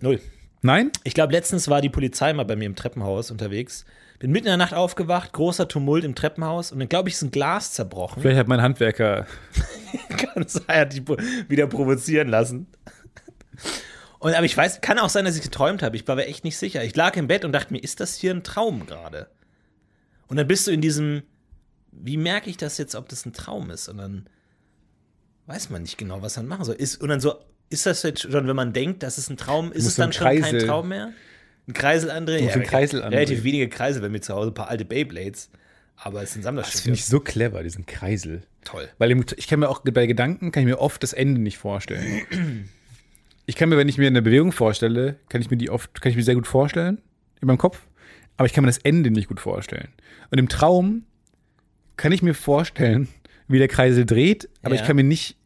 Speaker 3: Null.
Speaker 2: Nein?
Speaker 3: Ich glaube, letztens war die Polizei mal bei mir im Treppenhaus unterwegs. Bin mitten in der Nacht aufgewacht, großer Tumult im Treppenhaus und dann, glaube ich, ist ein Glas zerbrochen.
Speaker 2: Vielleicht hat mein Handwerker.
Speaker 3: Ganz hat die po- wieder provozieren lassen. Und, aber ich weiß, kann auch sein, dass ich geträumt habe. Ich war aber echt nicht sicher. Ich lag im Bett und dachte mir, ist das hier ein Traum gerade? Und dann bist du in diesem, wie merke ich das jetzt, ob das ein Traum ist? Und dann weiß man nicht genau, was man machen soll. Ist, und dann so, ist das jetzt schon, wenn man denkt, dass es ein Traum ist,
Speaker 2: musst
Speaker 3: es dann
Speaker 2: so
Speaker 3: schon
Speaker 2: einen
Speaker 3: kein
Speaker 2: Kreisel-
Speaker 3: Traum mehr? Ein Kreisel andrehen?
Speaker 2: musst
Speaker 3: aber
Speaker 2: einen
Speaker 3: ich hab
Speaker 2: Kreisel andrehen.
Speaker 3: Relativ wenige Kreisel bei mir zu Hause, ein paar alte Beyblades. Aber es sind
Speaker 2: Das
Speaker 3: Sammlerstücke.
Speaker 2: finde ich so clever, diesen Kreisel.
Speaker 3: toll.
Speaker 2: Weil im- ich kann mir auch bei Gedanken kann ich mir oft das Ende nicht vorstellen. Ich kann mir, wenn ich mir eine Bewegung vorstelle, kann ich mir die oft, kann ich mir sehr gut vorstellen in meinem Kopf, aber ich kann mir das Ende nicht gut vorstellen. Und im Traum kann ich mir vorstellen, wie der Kreisel dreht, aber
Speaker 3: Ja.
Speaker 2: ich kann mir nicht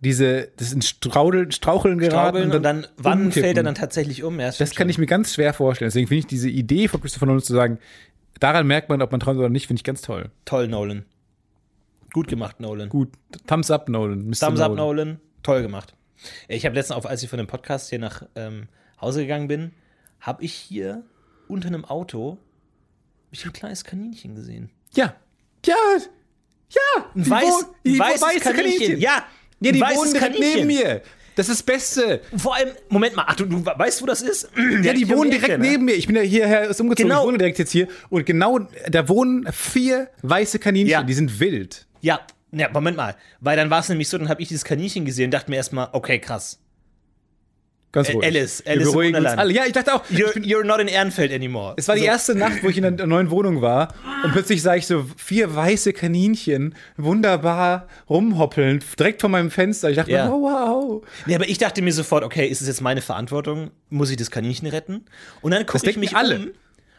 Speaker 2: diese, das in Straudel, Straucheln geraten.
Speaker 3: Kabeln und dann, wann
Speaker 2: umkippen.
Speaker 3: fällt er dann tatsächlich um? Ja,
Speaker 2: Das kann ich mir ganz schwer vorstellen. Deswegen finde ich diese Idee von Christopher Nolan zu sagen, daran merkt man, ob man träumt oder nicht, finde ich ganz toll.
Speaker 3: Toll, Nolan. Gut gemacht, Nolan.
Speaker 2: Gut. Thumbs up, Nolan. Mr.
Speaker 3: Thumbs up, Nolan. Toll gemacht. Ich habe letztens, auf, als ich von dem Podcast hier nach ähm, Hause gegangen bin, habe ich hier unter einem Auto hab ich ein kleines Kaninchen gesehen.
Speaker 2: Ja. Ja. Ja.
Speaker 3: Ein weiß, ein weißes Kaninchen. Ja,
Speaker 2: Ja,
Speaker 3: ein
Speaker 2: die
Speaker 3: weißes
Speaker 2: wohnen direkt
Speaker 3: Kaninchen.
Speaker 2: neben mir. Das ist das Beste.
Speaker 3: Vor allem, Moment mal, ach du, du weißt, wo das ist? um
Speaker 2: Ja, die wohnen direkt
Speaker 3: ne?
Speaker 2: neben mir. Ich bin ja hierher ist umgezogen.
Speaker 3: Genau.
Speaker 2: Ich wohne direkt jetzt hier. Und genau, da wohnen vier weiße Kaninchen.
Speaker 3: Ja.
Speaker 2: Die sind wild.
Speaker 3: Ja, ja, Moment mal. Weil dann war es nämlich so, dann habe ich dieses Kaninchen gesehen und dachte mir erstmal, okay, krass.
Speaker 2: Ganz
Speaker 3: Ä-
Speaker 2: ruhig.
Speaker 3: Alice,
Speaker 2: Wir
Speaker 3: Alice im
Speaker 2: beruhigen uns
Speaker 3: Wunderland.
Speaker 2: alle. Ja, ich dachte auch.
Speaker 3: You're, you're not in Ehrenfeld anymore.
Speaker 2: Es war die
Speaker 3: So.
Speaker 2: erste Nacht, wo ich in einer neuen Wohnung war und plötzlich sah ich so vier weiße Kaninchen wunderbar rumhoppeln, direkt vor meinem Fenster. Ich dachte,
Speaker 3: Ja.
Speaker 2: mir, oh, wow.
Speaker 3: Nee, aber ich dachte mir sofort, okay, ist es jetzt meine Verantwortung? Muss ich das Kaninchen retten? Und dann gucke ich
Speaker 2: denken
Speaker 3: mich
Speaker 2: alle.
Speaker 3: um.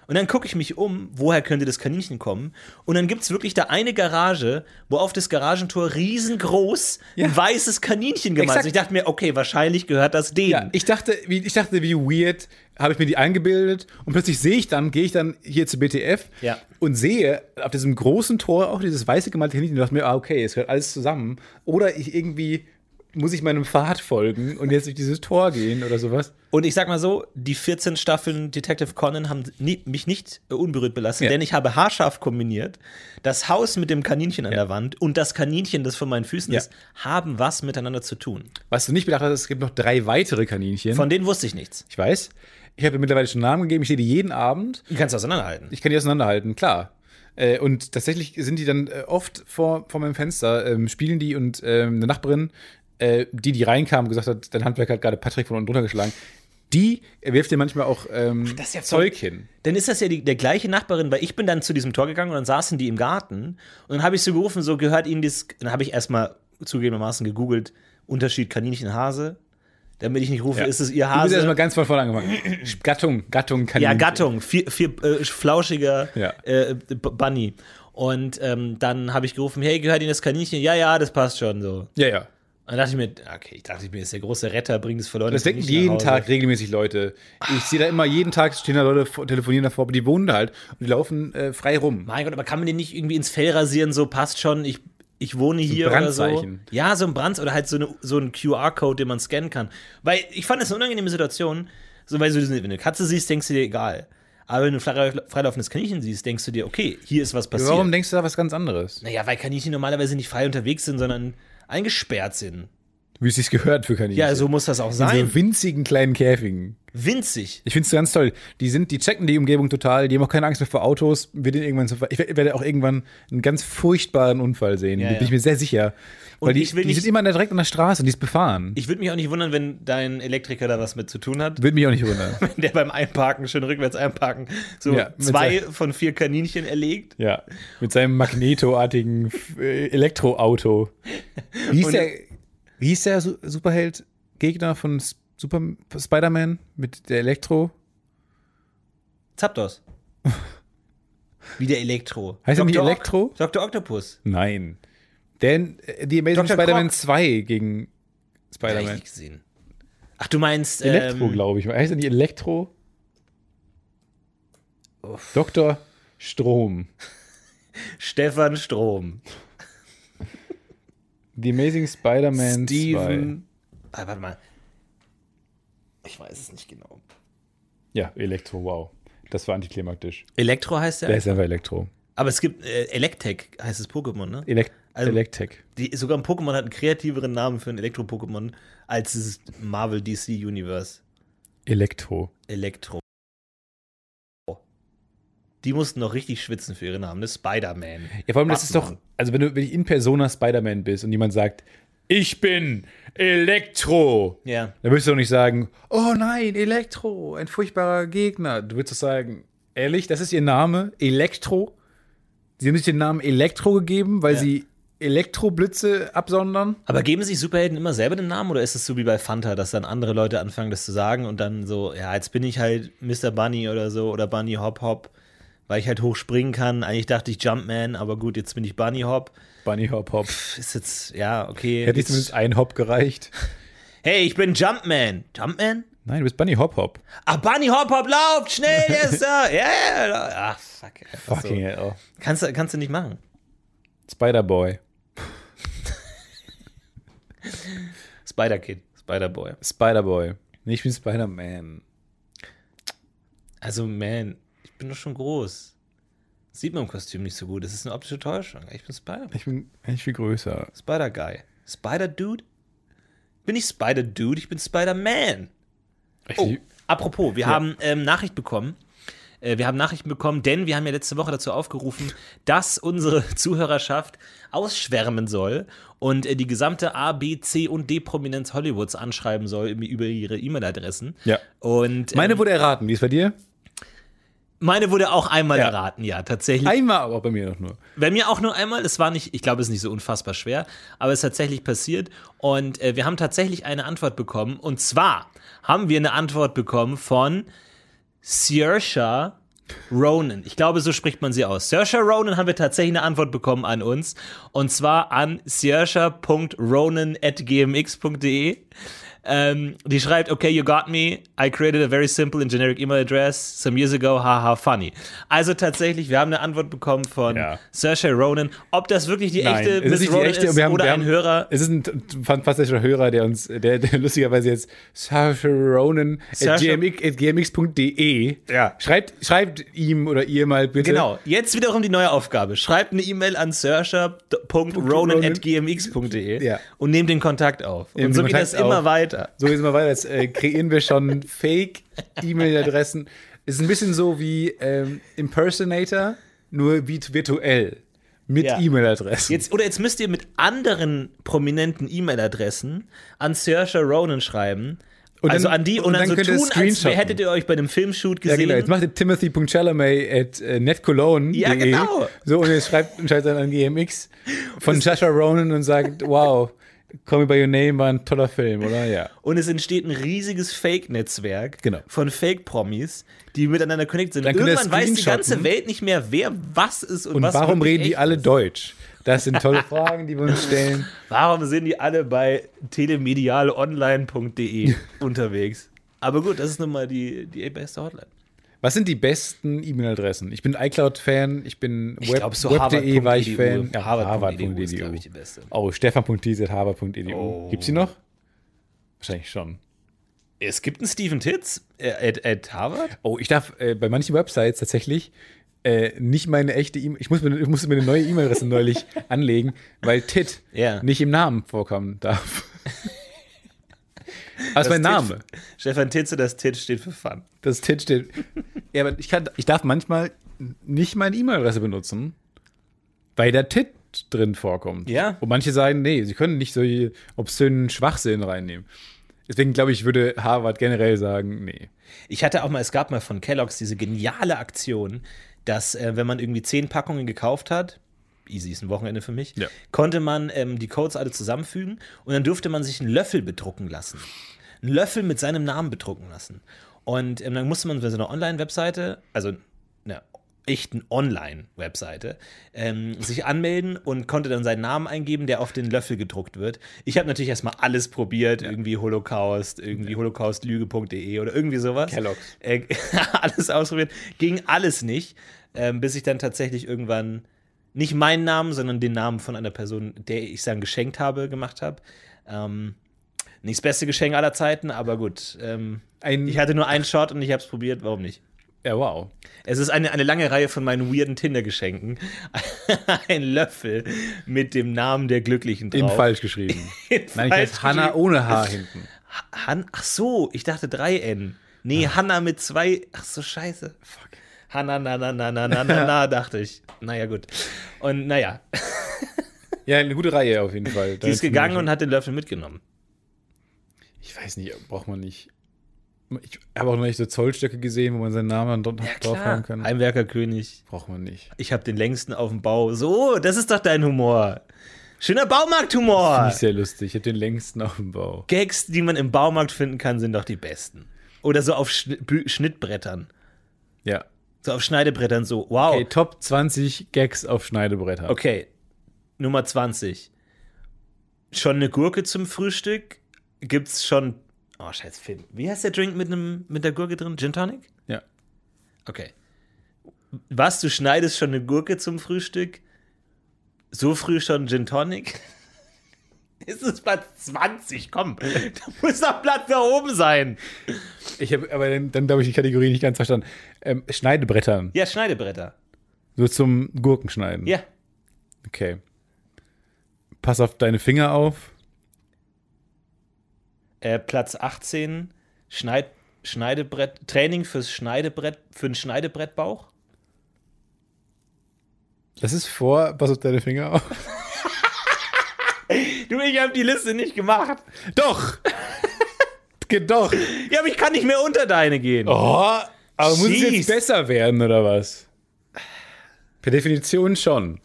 Speaker 3: Und dann gucke ich mich um, woher könnte das Kaninchen kommen? Und dann gibt es wirklich da eine Garage, wo auf das Garagentor riesengroß ein
Speaker 2: Ja.
Speaker 3: weißes Kaninchen gemalt ist.
Speaker 2: Exakt.
Speaker 3: Ich dachte mir, okay, wahrscheinlich gehört das denen.
Speaker 2: Ja, ich dachte, wie, ich dachte, wie weird habe ich mir die eingebildet und plötzlich sehe ich dann, gehe ich dann hier zu BTF
Speaker 3: Ja.
Speaker 2: und sehe auf diesem großen Tor auch dieses weiße gemalte Kaninchen und dachte mir, ah, okay, es gehört alles zusammen. Oder ich irgendwie muss ich meinem Pfad folgen und jetzt durch dieses Tor gehen oder sowas.
Speaker 3: Und ich sag mal so, die 14 Staffeln Detective Conan haben nie, mich nicht äh, unberührt belassen,
Speaker 2: Ja.
Speaker 3: denn ich habe haarscharf kombiniert. Das Haus mit dem Kaninchen an der Wand und das Kaninchen, das vor meinen Füßen
Speaker 2: Ja.
Speaker 3: ist, haben was miteinander zu tun.
Speaker 2: Was du nicht bedacht hast, es gibt noch drei weitere Kaninchen.
Speaker 3: Von denen wusste ich nichts.
Speaker 2: Ich weiß. Ich habe ihr mittlerweile schon Namen gegeben. Ich sehe die jeden Abend.
Speaker 3: Die kannst du auseinanderhalten.
Speaker 2: Ich kann die auseinanderhalten, klar. Äh, und tatsächlich sind die dann äh, oft vor, vor meinem Fenster, ähm, spielen die und ähm, eine Nachbarin, äh, die, die reinkam, und gesagt hat, dein Handwerker hat gerade Patrick von unten drunter geschlagen. Die wirft dir manchmal auch ähm,
Speaker 3: das ist ja
Speaker 2: Zeug
Speaker 3: voll-
Speaker 2: hin.
Speaker 3: Dann ist das ja die, der gleiche Nachbarin, weil ich bin dann zu diesem Tor gegangen und dann saßen die im Garten und dann habe ich so gerufen, so gehört ihnen das, dann habe ich erstmal zugegebenermaßen gegoogelt, Unterschied Kaninchen-Hase, damit ich nicht rufe, ist es ihr
Speaker 2: Du bist erstmal
Speaker 3: Hase?
Speaker 2: ganz von vorne angefangen. Gattung, Gattung kann
Speaker 3: Ja, Gattung, vier, vier, äh, flauschiger
Speaker 2: Hm. Ja.
Speaker 3: äh, B- Bunny. Und ähm, dann habe ich gerufen, hey, gehört Ihnen das Kaninchen? Ja, ja, das passt schon so. Und
Speaker 2: Ja, ja.
Speaker 3: dann dachte ich mir, okay, ich dachte, ich bin jetzt der große Retter, bringt es verloren.
Speaker 2: Das denken jeden Tag regelmäßig Leute. Ich sehe da immer jeden Tag stehen da Leute, vor- telefonieren davor, aber die wohnen da halt und die laufen äh, frei rum.
Speaker 3: Mein Gott, aber kann man den nicht irgendwie ins Fell rasieren, so passt schon, ich, ich wohne hier oder so?
Speaker 2: Brandzeichen.
Speaker 3: Ja, so ein Brand oder halt so, eine, so ein QR-Code, den man scannen kann. Weil ich fand das eine unangenehme Situation, so weil so, wenn du eine Katze siehst, denkst du dir, egal. Aber wenn du ein freila- freilaufendes Kaninchen siehst, denkst du dir, okay, hier ist was passiert.
Speaker 2: Warum denkst du da was ganz anderes?
Speaker 3: Naja, weil Kaninchen normalerweise nicht frei unterwegs sind, sondern eingesperrt sind.
Speaker 2: Wie es sich gehört für Kaninchen.
Speaker 3: Ja, so muss das auch
Speaker 2: In
Speaker 3: sein.
Speaker 2: so winzigen kleinen Käfigen.
Speaker 3: Winzig.
Speaker 2: Ich finde es ganz toll. Die sind, die checken die Umgebung total, die haben auch keine Angst mehr vor Autos. Wir den irgendwann so, ich wer- werde auch irgendwann einen ganz furchtbaren Unfall sehen.
Speaker 3: Ja,
Speaker 2: bin
Speaker 3: ja.
Speaker 2: ich mir sehr sicher.
Speaker 3: Und
Speaker 2: Weil die,
Speaker 3: ich will
Speaker 2: die
Speaker 3: nicht-
Speaker 2: sind immer direkt an der Straße und die ist befahren.
Speaker 3: Ich würde mich auch nicht wundern, wenn dein Elektriker da was mit zu tun hat,
Speaker 2: Würde mich auch nicht wundern.
Speaker 3: wenn der beim Einparken, schön rückwärts einparken, so
Speaker 2: Ja, mit
Speaker 3: zwei von vier Kaninchen erlegt.
Speaker 2: ja. Mit seinem magnetoartigen äh, Elektroauto. Wie hieß
Speaker 3: Und-
Speaker 2: der, wie hieß der Su- Superheld-Gegner von S- Super Spider-Man mit der Elektro?
Speaker 3: Zapdos. Wie der Elektro.
Speaker 2: Heißt er nicht
Speaker 3: Dr. Ock-
Speaker 2: Elektro?
Speaker 3: Dr. Octopus.
Speaker 2: Nein. Denn äh, die Amazing
Speaker 3: Dr.
Speaker 2: Spider-Man
Speaker 3: Croc.
Speaker 2: 2 gegen
Speaker 3: Hab ich
Speaker 2: Spider-Man.
Speaker 3: nicht gesehen. Ach, du meinst.
Speaker 2: Elektro,
Speaker 3: ähm,
Speaker 2: glaube ich. Heißt er nicht Elektro?
Speaker 3: Uff.
Speaker 2: Dr. Strom.
Speaker 3: Stefan Strom.
Speaker 2: The Amazing Spider-Man 2.
Speaker 3: Steven. Ah, warte mal. Ich weiß es nicht genau.
Speaker 2: Ja, Elektro, wow. Das war antiklimaktisch.
Speaker 3: Elektro heißt
Speaker 2: Der
Speaker 3: er.
Speaker 2: ist einfach Elektro.
Speaker 3: Aber es gibt äh, Electek, heißt das Pokémon, ne?
Speaker 2: Elekt
Speaker 3: Also-
Speaker 2: Electek.
Speaker 3: Die, sogar ein Pokémon hat einen kreativeren Namen für ein Elektro-Pokémon als dieses Marvel DC Universe.
Speaker 2: Elektro.
Speaker 3: Elektro. Die mussten noch richtig schwitzen für ihre Namen, ne? Spider-Man.
Speaker 2: Ja, vor allem, das ist doch,
Speaker 3: Batman.
Speaker 2: also wenn du wenn ich in Persona Spider-Man bist und jemand sagt, ich bin Elektro,
Speaker 3: Ja.
Speaker 2: dann würdest du doch nicht sagen, oh nein, Elektro, ein furchtbarer Gegner. Du würdest doch sagen, ehrlich, das ist ihr Name, Elektro? Sie haben sich den Namen Elektro gegeben, weil
Speaker 3: Ja.
Speaker 2: sie Elektroblitze absondern.
Speaker 3: Aber geben sich Superhelden immer selber den Namen oder ist es so wie bei Fanta, dass dann andere Leute anfangen, das zu sagen und dann so, ja, jetzt bin ich halt Mr. Bunny oder so oder Bunny Hop Hop, weil ich halt hochspringen kann. Eigentlich dachte ich Jumpman, aber gut, jetzt bin ich Bunny Hop.
Speaker 2: Bunny Hop Hop.
Speaker 3: Pff, Ist jetzt, ja, okay.
Speaker 2: Hätte ich
Speaker 3: jetzt,
Speaker 2: zumindest ein Hop gereicht.
Speaker 3: hey, ich bin Jumpman. Jumpman?
Speaker 2: Nein, du bist Bunny Hop Hop.
Speaker 3: Ah, Bunny Hop Hop, lauft schnell, der ist da. Ja, ja, ja. Ach, Ah, fuck. ey.
Speaker 2: Fucking hell.
Speaker 3: Kannst, du- kannst du nicht machen.
Speaker 2: Also, Spider-Boy.
Speaker 3: Spider-Kid, Spider-Boy.
Speaker 2: Spider-Boy. Nee, ich bin Spider-Man.
Speaker 3: Also, man, ich bin doch schon groß. Sieht man im Kostüm nicht so gut. Das ist eine optische Täuschung. Ich bin Spider-Man.
Speaker 2: Ich bin eigentlich viel größer.
Speaker 3: Spider-Guy. Spider-Dude? Bin ich Spider-Dude? Ich bin Spider-Man.
Speaker 2: Ich
Speaker 3: Oh, apropos, wir haben ähm, Nachricht bekommen. Äh, Wir haben Nachrichten bekommen, denn wir haben ja letzte Woche dazu aufgerufen, dass unsere Zuhörerschaft ausschwärmen soll und äh, die gesamte A, B, C und D-Prominenz Hollywoods anschreiben soll im- über ihre E-Mail-Adressen.
Speaker 2: Ja.
Speaker 3: Und ähm,
Speaker 2: Meine wurde erraten. Wie ist bei dir?
Speaker 3: meine wurde auch einmal
Speaker 2: Ja.
Speaker 3: erraten, ja, tatsächlich.
Speaker 2: Einmal, aber bei mir noch nur.
Speaker 3: Bei mir auch nur einmal. Es war nicht, ich glaube, es ist nicht so unfassbar schwer, aber es ist tatsächlich passiert. Und äh, wir haben tatsächlich eine Antwort bekommen. Und zwar haben wir eine Antwort bekommen von Saoirse Ronan. Ich glaube, so spricht man sie aus. Saoirse Ronan haben wir tatsächlich eine Antwort bekommen an uns. Und zwar an saoirse.ronan.gmx.de. Ähm, die schreibt, okay, you got me. I created a very simple and generic email address some years ago. Haha, funny. Also tatsächlich, wir haben eine Antwort bekommen von
Speaker 2: Ja.
Speaker 3: Saoirse Ronan. Ob das wirklich die
Speaker 2: Nein,
Speaker 3: echte
Speaker 2: es ist
Speaker 3: Miss
Speaker 2: nicht die
Speaker 3: Ronan
Speaker 2: echte.
Speaker 3: ist
Speaker 2: Wir haben,
Speaker 3: oder
Speaker 2: wir
Speaker 3: ein
Speaker 2: haben,
Speaker 3: Hörer.
Speaker 2: Es ist ein t- fantastischer Hörer, der uns, der, der lustigerweise jetzt Sacheronen at
Speaker 3: Saoirse-
Speaker 2: gmx- at gmx.de
Speaker 3: Ja.
Speaker 2: schreibt, schreibt ihm oder ihr mal bitte.
Speaker 3: Genau, jetzt wiederum die neue Aufgabe. Schreibt eine E-Mail an searcher.ronan.gmx.de
Speaker 2: Ja.
Speaker 3: und nehmt den Kontakt auf. Und
Speaker 2: Nehmt
Speaker 3: so
Speaker 2: den
Speaker 3: geht
Speaker 2: Kontakt
Speaker 3: das immer
Speaker 2: auf.
Speaker 3: weiter.
Speaker 2: So jetzt mal weiter. Jetzt äh, kreieren wir schon Fake-E-Mail-Adressen. Ist ein bisschen so wie ähm, Impersonator, nur wie virtuell. Mit
Speaker 3: Ja.
Speaker 2: E-Mail-Adressen.
Speaker 3: Jetzt, oder jetzt müsst ihr mit anderen prominenten E-Mail-Adressen an Saoirse Ronan schreiben.
Speaker 2: Und
Speaker 3: also
Speaker 2: dann-
Speaker 3: an die und,
Speaker 2: und
Speaker 3: dann,
Speaker 2: dann könnt
Speaker 3: so
Speaker 2: ihr
Speaker 3: tun, als wär-
Speaker 2: screenshotten.
Speaker 3: hättet ihr euch bei einem Filmshoot
Speaker 2: Ja,
Speaker 3: gesehen.
Speaker 2: genau. Jetzt macht ihr Timothy.chalamet at äh, netcologne.de.
Speaker 3: Ja, genau.
Speaker 2: So, und jetzt schreibt und schreibt dann an GMX von Sasha Ronan und sagt, wow, Call Me By Your Name war ein toller Film, oder? Ja.
Speaker 3: und es entsteht ein riesiges Fake-Netzwerk
Speaker 2: Genau.
Speaker 3: von Fake-Promis, die miteinander connected sind.
Speaker 2: Dann könnt ihr
Speaker 3: Irgendwann weiß die ganze
Speaker 2: screenshotten.
Speaker 3: Welt nicht mehr, wer was ist und,
Speaker 2: Und
Speaker 3: was
Speaker 2: warum
Speaker 3: wirklich
Speaker 2: reden die
Speaker 3: echt
Speaker 2: alle Deutsch? Das sind tolle Fragen, die wir uns stellen.
Speaker 3: Warum sind die alle bei telemedialonline.de unterwegs? Aber gut, das ist nun mal die, die beste Hotline.
Speaker 2: Was sind die besten E-Mail-Adressen? Ich bin iCloud-Fan, ich bin
Speaker 3: Ich
Speaker 2: web-
Speaker 3: glaub, so E
Speaker 2: web.de war ich
Speaker 3: harvard.edu.
Speaker 2: Fan.
Speaker 3: Ja, harvard.edu E ist, glaub ich, die beste.
Speaker 2: E
Speaker 3: Oh.
Speaker 2: Oh, stefan.t.harvard.edu. E Gibt's die noch? Wahrscheinlich schon.
Speaker 3: Es gibt einen Stephen Titz äh, at, at Harvard.
Speaker 2: Oh, ich darf äh, bei manchen Websites tatsächlich äh, nicht meine echte E-Mail. Ich, muss mir- ich musste mir eine neue E-Mail-Adresse neulich anlegen, weil Tit
Speaker 3: Ja.
Speaker 2: nicht im Namen vorkommen darf. Aber es ist mein
Speaker 3: Das
Speaker 2: Name.
Speaker 3: Tit, Stefan Titze, das Tit steht für Fun.
Speaker 2: Das Tit steht. Ja, aber ich, kann, ich darf manchmal nicht meine E-Mail-Adresse benutzen, weil da Tit drin vorkommt.
Speaker 3: Ja.
Speaker 2: Und manche sagen, nee, sie können nicht so obszönen Schwachsinn reinnehmen. Deswegen glaube ich, würde Harvard generell sagen, nee.
Speaker 3: Ich hatte auch mal, es gab mal von Kellogg's diese geniale Aktion, dass äh, wenn man irgendwie zehn Packungen gekauft hat, easy ist ein Wochenende für mich,
Speaker 2: Ja.
Speaker 3: konnte man ähm, die Codes alle zusammenfügen und dann durfte man sich einen Löffel bedrucken lassen. Einen Löffel mit seinem Namen bedrucken lassen. Und ähm, dann musste man bei so einer Online-Webseite, also einer echten Online-Webseite, ähm, sich anmelden und konnte dann seinen Namen eingeben, der auf den Löffel gedruckt wird. Ich habe natürlich erstmal alles probiert, irgendwie Holocaust, irgendwie holocaustlüge.de oder irgendwie sowas.
Speaker 2: Kellogg's.
Speaker 3: Äh, alles ausprobiert. Ging alles nicht, ähm, bis ich dann tatsächlich irgendwann nicht meinen Namen, sondern den Namen von einer Person, der ich dann geschenkt habe, gemacht habe. Ähm, nicht das beste Geschenk aller Zeiten, aber gut. Ähm,
Speaker 2: Ein,
Speaker 3: ich hatte nur einen Shot und ich habe es probiert, warum nicht?
Speaker 2: ja, wow.
Speaker 3: Es ist eine, eine lange Reihe von meinen weirden Tinder-Geschenken. Ein Löffel mit dem Namen der Glücklichen drauf.
Speaker 2: In falsch geschrieben.
Speaker 3: In falsch
Speaker 2: Nein, ich heiße Hanna
Speaker 3: geschrieben.
Speaker 2: ohne H hinten.
Speaker 3: Han Ach so, ich dachte 3N. Nee,
Speaker 2: Ah.
Speaker 3: Hanna mit zwei. Ach so, scheiße. Fuck. Hanna, na, na, na, na, na, na, na, dachte ich. Naja, gut. Und naja,
Speaker 2: Ja, eine gute Reihe auf jeden Fall.
Speaker 3: die ist gegangen und hat den Löffel mitgenommen.
Speaker 2: Ich weiß nicht, braucht man nicht. Ich habe auch noch nicht so Zollstöcke gesehen, wo man seinen Namen dann dort draufhauen kann.
Speaker 3: Heimwerkerkönig.
Speaker 2: Braucht man nicht.
Speaker 3: Ich habe den längsten auf dem Bau. So, das ist doch dein Humor. Schöner Baumarkthumor.
Speaker 2: Nicht sehr lustig. Ich habe den längsten auf dem Bau.
Speaker 3: Gags, die man im Baumarkt finden kann, sind doch die besten. Oder so auf Schn Bü- Schnittbrettern.
Speaker 2: Ja.
Speaker 3: So auf Schneidebrettern so. Wow.
Speaker 2: Okay,
Speaker 3: Okay.
Speaker 2: Top 20 Gags auf Schneidebretter.
Speaker 3: Nummer 20. Schon eine Gurke zum Frühstück? Gibt's schon. Oh, scheiß Film. Wie heißt der Drink mit, einem, mit der Gurke drin? Gin Tonic?
Speaker 2: Ja.
Speaker 3: Okay. Was, du schneidest schon eine Gurke zum Frühstück? So früh schon Gin Tonic? Ist es Platz 20? Komm, da muss doch Platz da oben sein.
Speaker 2: Ich habe aber dann, dann glaube ich, die Kategorie nicht ganz verstanden. Ähm, Schneidebrettern.
Speaker 3: Ja, Schneidebretter.
Speaker 2: So zum Gurkenschneiden.
Speaker 3: Ja.
Speaker 2: Okay. Pass auf deine Finger auf.
Speaker 3: Äh, Platz 18, Schneid, Schneidebrett, Training fürs Schneidebrett, für einen Schneidebrettbauch.
Speaker 2: Das ist vor, pass auf deine Finger auf.
Speaker 3: Du, ich habe die Liste nicht gemacht.
Speaker 2: Doch! Geht doch!
Speaker 3: Ja, aber ich kann nicht mehr unter deine gehen.
Speaker 2: Oh, aber muss es
Speaker 3: Jeez.
Speaker 2: jetzt besser werden, oder was? Per Definition schon.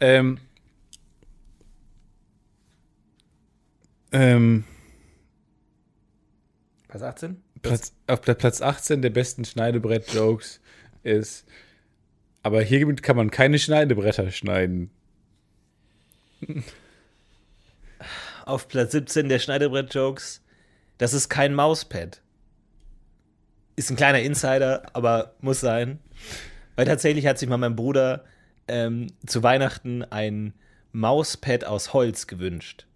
Speaker 2: Ähm. Ähm,
Speaker 3: Platz 18?
Speaker 2: Platz, auf der Platz 18 der besten Schneidebrett-Jokes ist. Aber hiermit kann man keine Schneidebretter schneiden.
Speaker 3: Auf Platz 17 der Schneidebrett-Jokes. Das ist kein Mauspad. Ist ein kleiner Insider, aber muss sein. Weil tatsächlich hat sich mal mein Bruder ähm, zu Weihnachten ein Mauspad aus Holz gewünscht.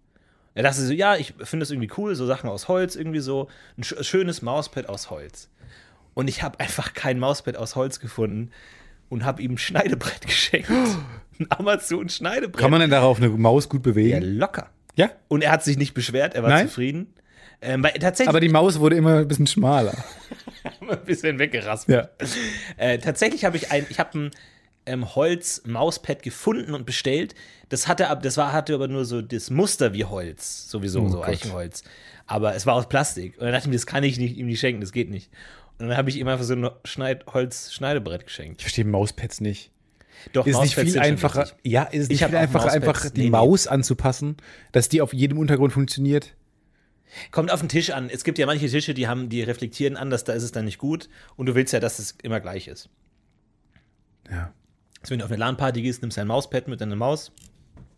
Speaker 3: Er dachte so, ja, ich finde das irgendwie cool, so Sachen aus Holz, irgendwie so. Ein sch schönes Mauspad aus Holz. Und ich habe einfach kein Mauspad aus Holz gefunden und habe ihm ein Schneidebrett geschenkt. Ein Amazon-Schneidebrett.
Speaker 2: Kann man denn darauf eine Maus gut
Speaker 3: ja,
Speaker 2: bewegen?
Speaker 3: locker.
Speaker 2: Ja.
Speaker 3: Und er hat sich nicht beschwert, er war
Speaker 2: Nein?
Speaker 3: zufrieden. Ähm, weil tatsächlich
Speaker 2: Aber die Maus wurde immer ein bisschen schmaler.
Speaker 3: ein bisschen weggeraspelt.
Speaker 2: Ja.
Speaker 3: Äh, tatsächlich habe ich ein, ich habe ein ähm, Holz-Mauspad gefunden und bestellt. Das hatte, ab- das war, hatte aber nur so das Muster wie Holz, sowieso, so
Speaker 2: Oh Gott.
Speaker 3: Eichenholz. Aber es war aus Plastik. Und dann dachte ich mir, das kann ich nicht, ihm nicht schenken, das geht nicht. Und dann habe ich ihm einfach so ein Schneid Holz-Schneidebrett geschenkt.
Speaker 2: Ich verstehe Mauspads nicht.
Speaker 3: Doch,
Speaker 2: Ist nicht
Speaker 3: Mauspads
Speaker 2: viel
Speaker 3: sind schon
Speaker 2: einfacher.
Speaker 3: wichtig.
Speaker 2: Ja, ist es
Speaker 3: Ich
Speaker 2: nicht
Speaker 3: hab
Speaker 2: viel
Speaker 3: auch
Speaker 2: einfacher,
Speaker 3: Mauspads.
Speaker 2: einfach
Speaker 3: Nee,
Speaker 2: die
Speaker 3: nee.
Speaker 2: Maus anzupassen, dass die auf jedem Untergrund funktioniert.
Speaker 3: Kommt auf den Tisch an. Es gibt ja manche Tische, die haben, die reflektieren anders, da ist es dann nicht gut. Und du willst ja, dass es immer gleich ist.
Speaker 2: Ja.
Speaker 3: Also wenn du auf eine LAN-Party gehst, nimmst du ein Mauspad mit deiner Maus,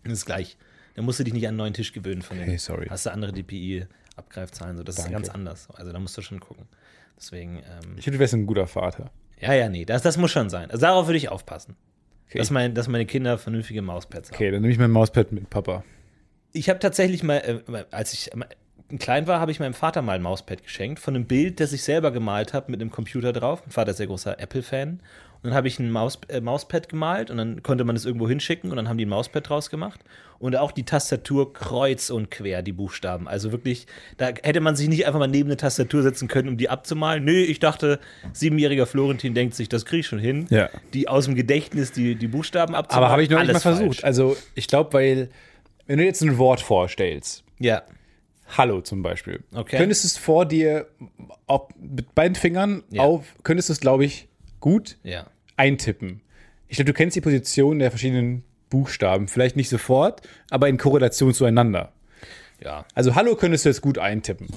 Speaker 3: dann ist es gleich. Dann musst du dich nicht an einen neuen Tisch gewöhnen von dem.
Speaker 2: Okay, sorry.
Speaker 3: Hast du andere DPI-Abgreifzahlen, so das
Speaker 2: Danke.
Speaker 3: ist ganz anders. Also da musst du schon gucken. Deswegen, ähm,
Speaker 2: Ich finde, du wärst ein guter Vater.
Speaker 3: ja, ja, nee, das, das muss schon sein. Also darauf würde ich aufpassen.
Speaker 2: Okay.
Speaker 3: Dass, mein, dass meine Kinder vernünftige Mauspads haben.
Speaker 2: Okay, dann nehme ich mein Mauspad mit, Papa.
Speaker 3: Ich habe tatsächlich mal, äh, als ich ähm, klein war, habe ich meinem Vater mal ein Mauspad geschenkt von einem Bild, das ich selber gemalt habe mit einem Computer drauf. Mein Vater ist sehr großer Apple-Fan. Und dann habe ich ein Maus, äh, Mauspad gemalt und dann konnte man es irgendwo hinschicken und dann haben die ein Mauspad draus gemacht. Und auch die Tastatur kreuz und quer, die Buchstaben. Also wirklich, da hätte man sich nicht einfach mal neben eine Tastatur setzen können, um die abzumalen. Nö, ich dachte, siebenjähriger Florentin denkt sich, das kriege ich schon hin.
Speaker 2: Ja.
Speaker 3: Die aus dem Gedächtnis die, die Buchstaben abzumalen.
Speaker 2: Aber habe ich noch nicht mal
Speaker 3: Alles
Speaker 2: versucht.
Speaker 3: falsch.
Speaker 2: Also, ich glaube, weil, wenn du jetzt ein Wort vorstellst,
Speaker 3: Ja.
Speaker 2: Hallo zum Beispiel,
Speaker 3: Okay.
Speaker 2: könntest du es vor dir auf, mit beiden Fingern
Speaker 3: Ja.
Speaker 2: auf, könntest du es, glaube ich, gut
Speaker 3: Ja.
Speaker 2: eintippen. Ich glaube, du kennst die Position der verschiedenen Buchstaben. Vielleicht nicht sofort, aber in Korrelation zueinander.
Speaker 3: Ja.
Speaker 2: Also Hallo könntest du jetzt gut eintippen.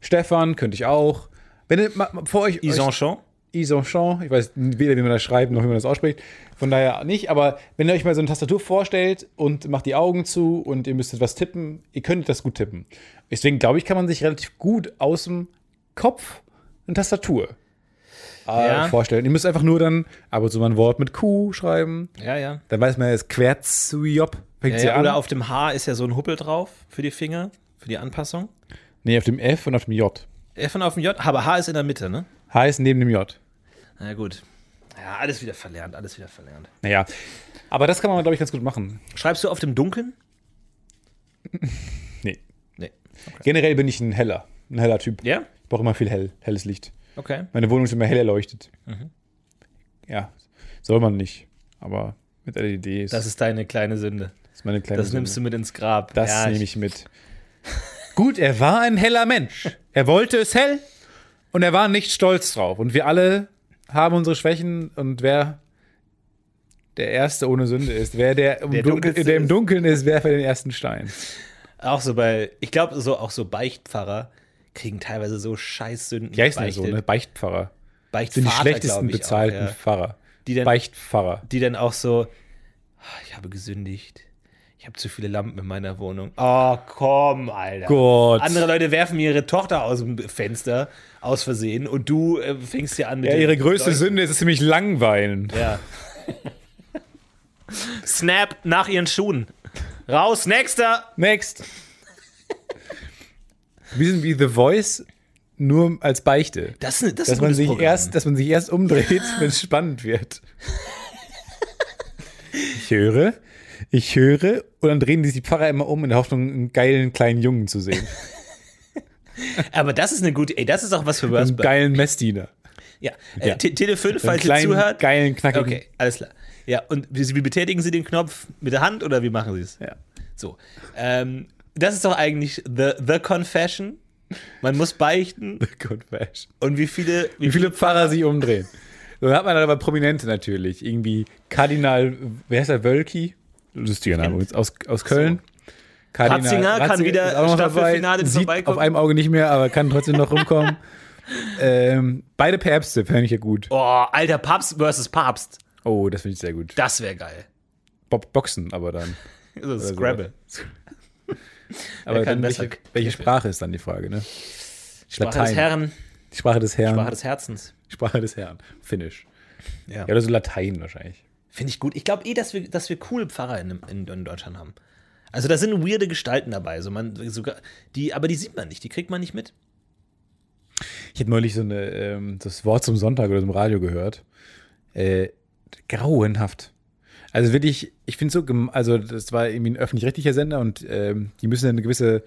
Speaker 2: Stefan könnte ich auch. Wenn ihr ma- ma- vor euch
Speaker 3: Isanchon?
Speaker 2: euch, Isanchon, ich weiß weder wie man das schreibt noch wie man das ausspricht, von daher nicht, aber wenn ihr euch mal so eine Tastatur vorstellt und macht die Augen zu und ihr müsstet was tippen, ihr könntet das gut tippen. Deswegen glaube ich, kann man sich relativ gut aus dem Kopf eine Tastatur äh,
Speaker 3: Ja.
Speaker 2: vorstellen. Ihr müsst einfach nur dann ab und zu mal ein Wort mit Q schreiben,
Speaker 3: Ja, ja.
Speaker 2: dann weiß man jetzt Querzujob. Fängt
Speaker 3: Ja,
Speaker 2: sie
Speaker 3: ja,
Speaker 2: an.
Speaker 3: oder auf dem H ist ja so ein Huppel drauf für die Finger, für die Anpassung.
Speaker 2: nee, auf dem F und auf dem J.
Speaker 3: F und auf dem J, aber H ist in der Mitte, ne?
Speaker 2: H ist neben dem J.
Speaker 3: Na gut. Ja, alles wieder verlernt, alles wieder verlernt.
Speaker 2: Naja, aber das kann man, glaube ich, ganz gut machen.
Speaker 3: Schreibst du auf dem Dunkeln?
Speaker 2: Nee.
Speaker 3: Nee.
Speaker 2: Generell bin ich ein heller, ein heller Typ.
Speaker 3: Ja?
Speaker 2: Ich brauche immer viel hell, helles Licht.
Speaker 3: Okay.
Speaker 2: Meine Wohnung ist immer hell erleuchtet.
Speaker 3: Mhm.
Speaker 2: Ja, soll man nicht. Aber mit LED ist
Speaker 3: Das
Speaker 2: das
Speaker 3: ist deine kleine Sünde.
Speaker 2: ist meine kleine
Speaker 3: Das nimmst du
Speaker 2: Sünde.
Speaker 3: mit ins Grab.
Speaker 2: Das
Speaker 3: ja,
Speaker 2: nehme ich mit. gut, er war ein heller Mensch. Er wollte es hell und er war nicht stolz drauf. Und wir alle haben unsere Schwächen und wer der Erste ohne Sünde ist. Wer der im,
Speaker 3: Der
Speaker 2: Dun
Speaker 3: Dunkelste
Speaker 2: der im
Speaker 3: ist.
Speaker 2: Dunkeln ist, werfe den ersten Stein.
Speaker 3: Auch so bei, ich glaube, so, auch so Beichtpfarrer kriegen teilweise so Scheißsünden.
Speaker 2: Die heißen ja so, ne?
Speaker 3: gebeichtet.
Speaker 2: Beichtpfarrer.
Speaker 3: Beichtvater,
Speaker 2: Sind die
Speaker 3: glaub
Speaker 2: schlechtesten
Speaker 3: ich auch,
Speaker 2: bezahlten
Speaker 3: ja.
Speaker 2: Pfarrer.
Speaker 3: Die denn-
Speaker 2: Beichtpfarrer.
Speaker 3: Die dann auch so, "Ah, ich habe gesündigt. Ich habe zu viele Lampen in meiner Wohnung. Oh, komm, Alter.
Speaker 2: Gott.
Speaker 3: Andere Leute werfen ihre Tochter aus dem Fenster aus Versehen und du äh, fängst hier an mit
Speaker 2: Ja,
Speaker 3: den
Speaker 2: ihre größte
Speaker 3: Leuten.
Speaker 2: Sünde ist es ziemlich langweilen.
Speaker 3: Ja. Snap nach ihren Schuhen. Raus, nächster!
Speaker 2: Next. Wir sind wie The Voice nur als Beichte.
Speaker 3: Das, ist- das ist
Speaker 2: Dass
Speaker 3: ein
Speaker 2: man,
Speaker 3: gutes
Speaker 2: sich
Speaker 3: Programm.
Speaker 2: erst, dass man sich erst umdreht, wenn es spannend wird. Ich höre, ich höre und dann drehen die sich die Pfarrer immer um in der Hoffnung, einen geilen kleinen Jungen zu sehen.
Speaker 3: Aber das ist eine gute, ey, das ist auch was für
Speaker 2: Einen
Speaker 3: Worstberg.
Speaker 2: geilen Messdiener.
Speaker 3: Ja. Äh,
Speaker 2: Ja.
Speaker 3: Te- Tele 5,
Speaker 2: Einen
Speaker 3: falls ihr
Speaker 2: kleinen,
Speaker 3: zuhört.
Speaker 2: geilen, knackigen.
Speaker 3: Okay, alles klar. Ja, und wie, wie betätigen Sie den Knopf? Mit der Hand oder wie machen Sie es?
Speaker 2: Ja.
Speaker 3: So. Ähm, das ist doch eigentlich the, the Confession. Man muss beichten
Speaker 2: Confession.
Speaker 3: und wie viele.
Speaker 2: Wie viele Pfarrer sich umdrehen. So, Dann hat man dann aber Prominente natürlich. Irgendwie Kardinal, wer heißt der, Wölki? Lustiger Name übrigens, aus, aus Köln. Kardinal
Speaker 3: Ratzinger kann wieder
Speaker 2: ist auch noch dabei.
Speaker 3: Staffelfinale
Speaker 2: Sieht
Speaker 3: vorbeikommen.
Speaker 2: auf einem Auge nicht mehr, aber kann trotzdem noch rumkommen. ähm, beide Päpste fände ich ja gut.
Speaker 3: Oh, alter Papst versus Papst.
Speaker 2: Oh, das finde ich sehr gut.
Speaker 3: Das wäre geil.
Speaker 2: Bo Boxen aber dann.
Speaker 3: So
Speaker 2: sowas.
Speaker 3: Scrabble.
Speaker 2: Aber
Speaker 3: kann
Speaker 2: dann welche,
Speaker 3: besser
Speaker 2: welche Sprache ist dann die Frage, ne?
Speaker 3: Sprache des
Speaker 2: Latein.
Speaker 3: Herren,
Speaker 2: Die Sprache des Herrn.
Speaker 3: Sprache des Herzens.
Speaker 2: Sprache des Herrn. Finnisch.
Speaker 3: Ja.
Speaker 2: Ja, oder so Latein wahrscheinlich.
Speaker 3: Finde ich gut. Ich glaube eh, dass wir, dass wir coole Pfarrer in, in, in Deutschland haben. Also da sind weirde Gestalten dabei. So man, sogar, die, aber die sieht man nicht, die kriegt man nicht mit.
Speaker 2: Ich hätte neulich so eine, ähm, das Wort zum Sonntag oder so im Radio gehört. Äh, grauenhaft. Also wirklich, ich finde so, gem- also das war irgendwie ein öffentlich-rechtlicher Sender und ähm, die müssen eine gewisse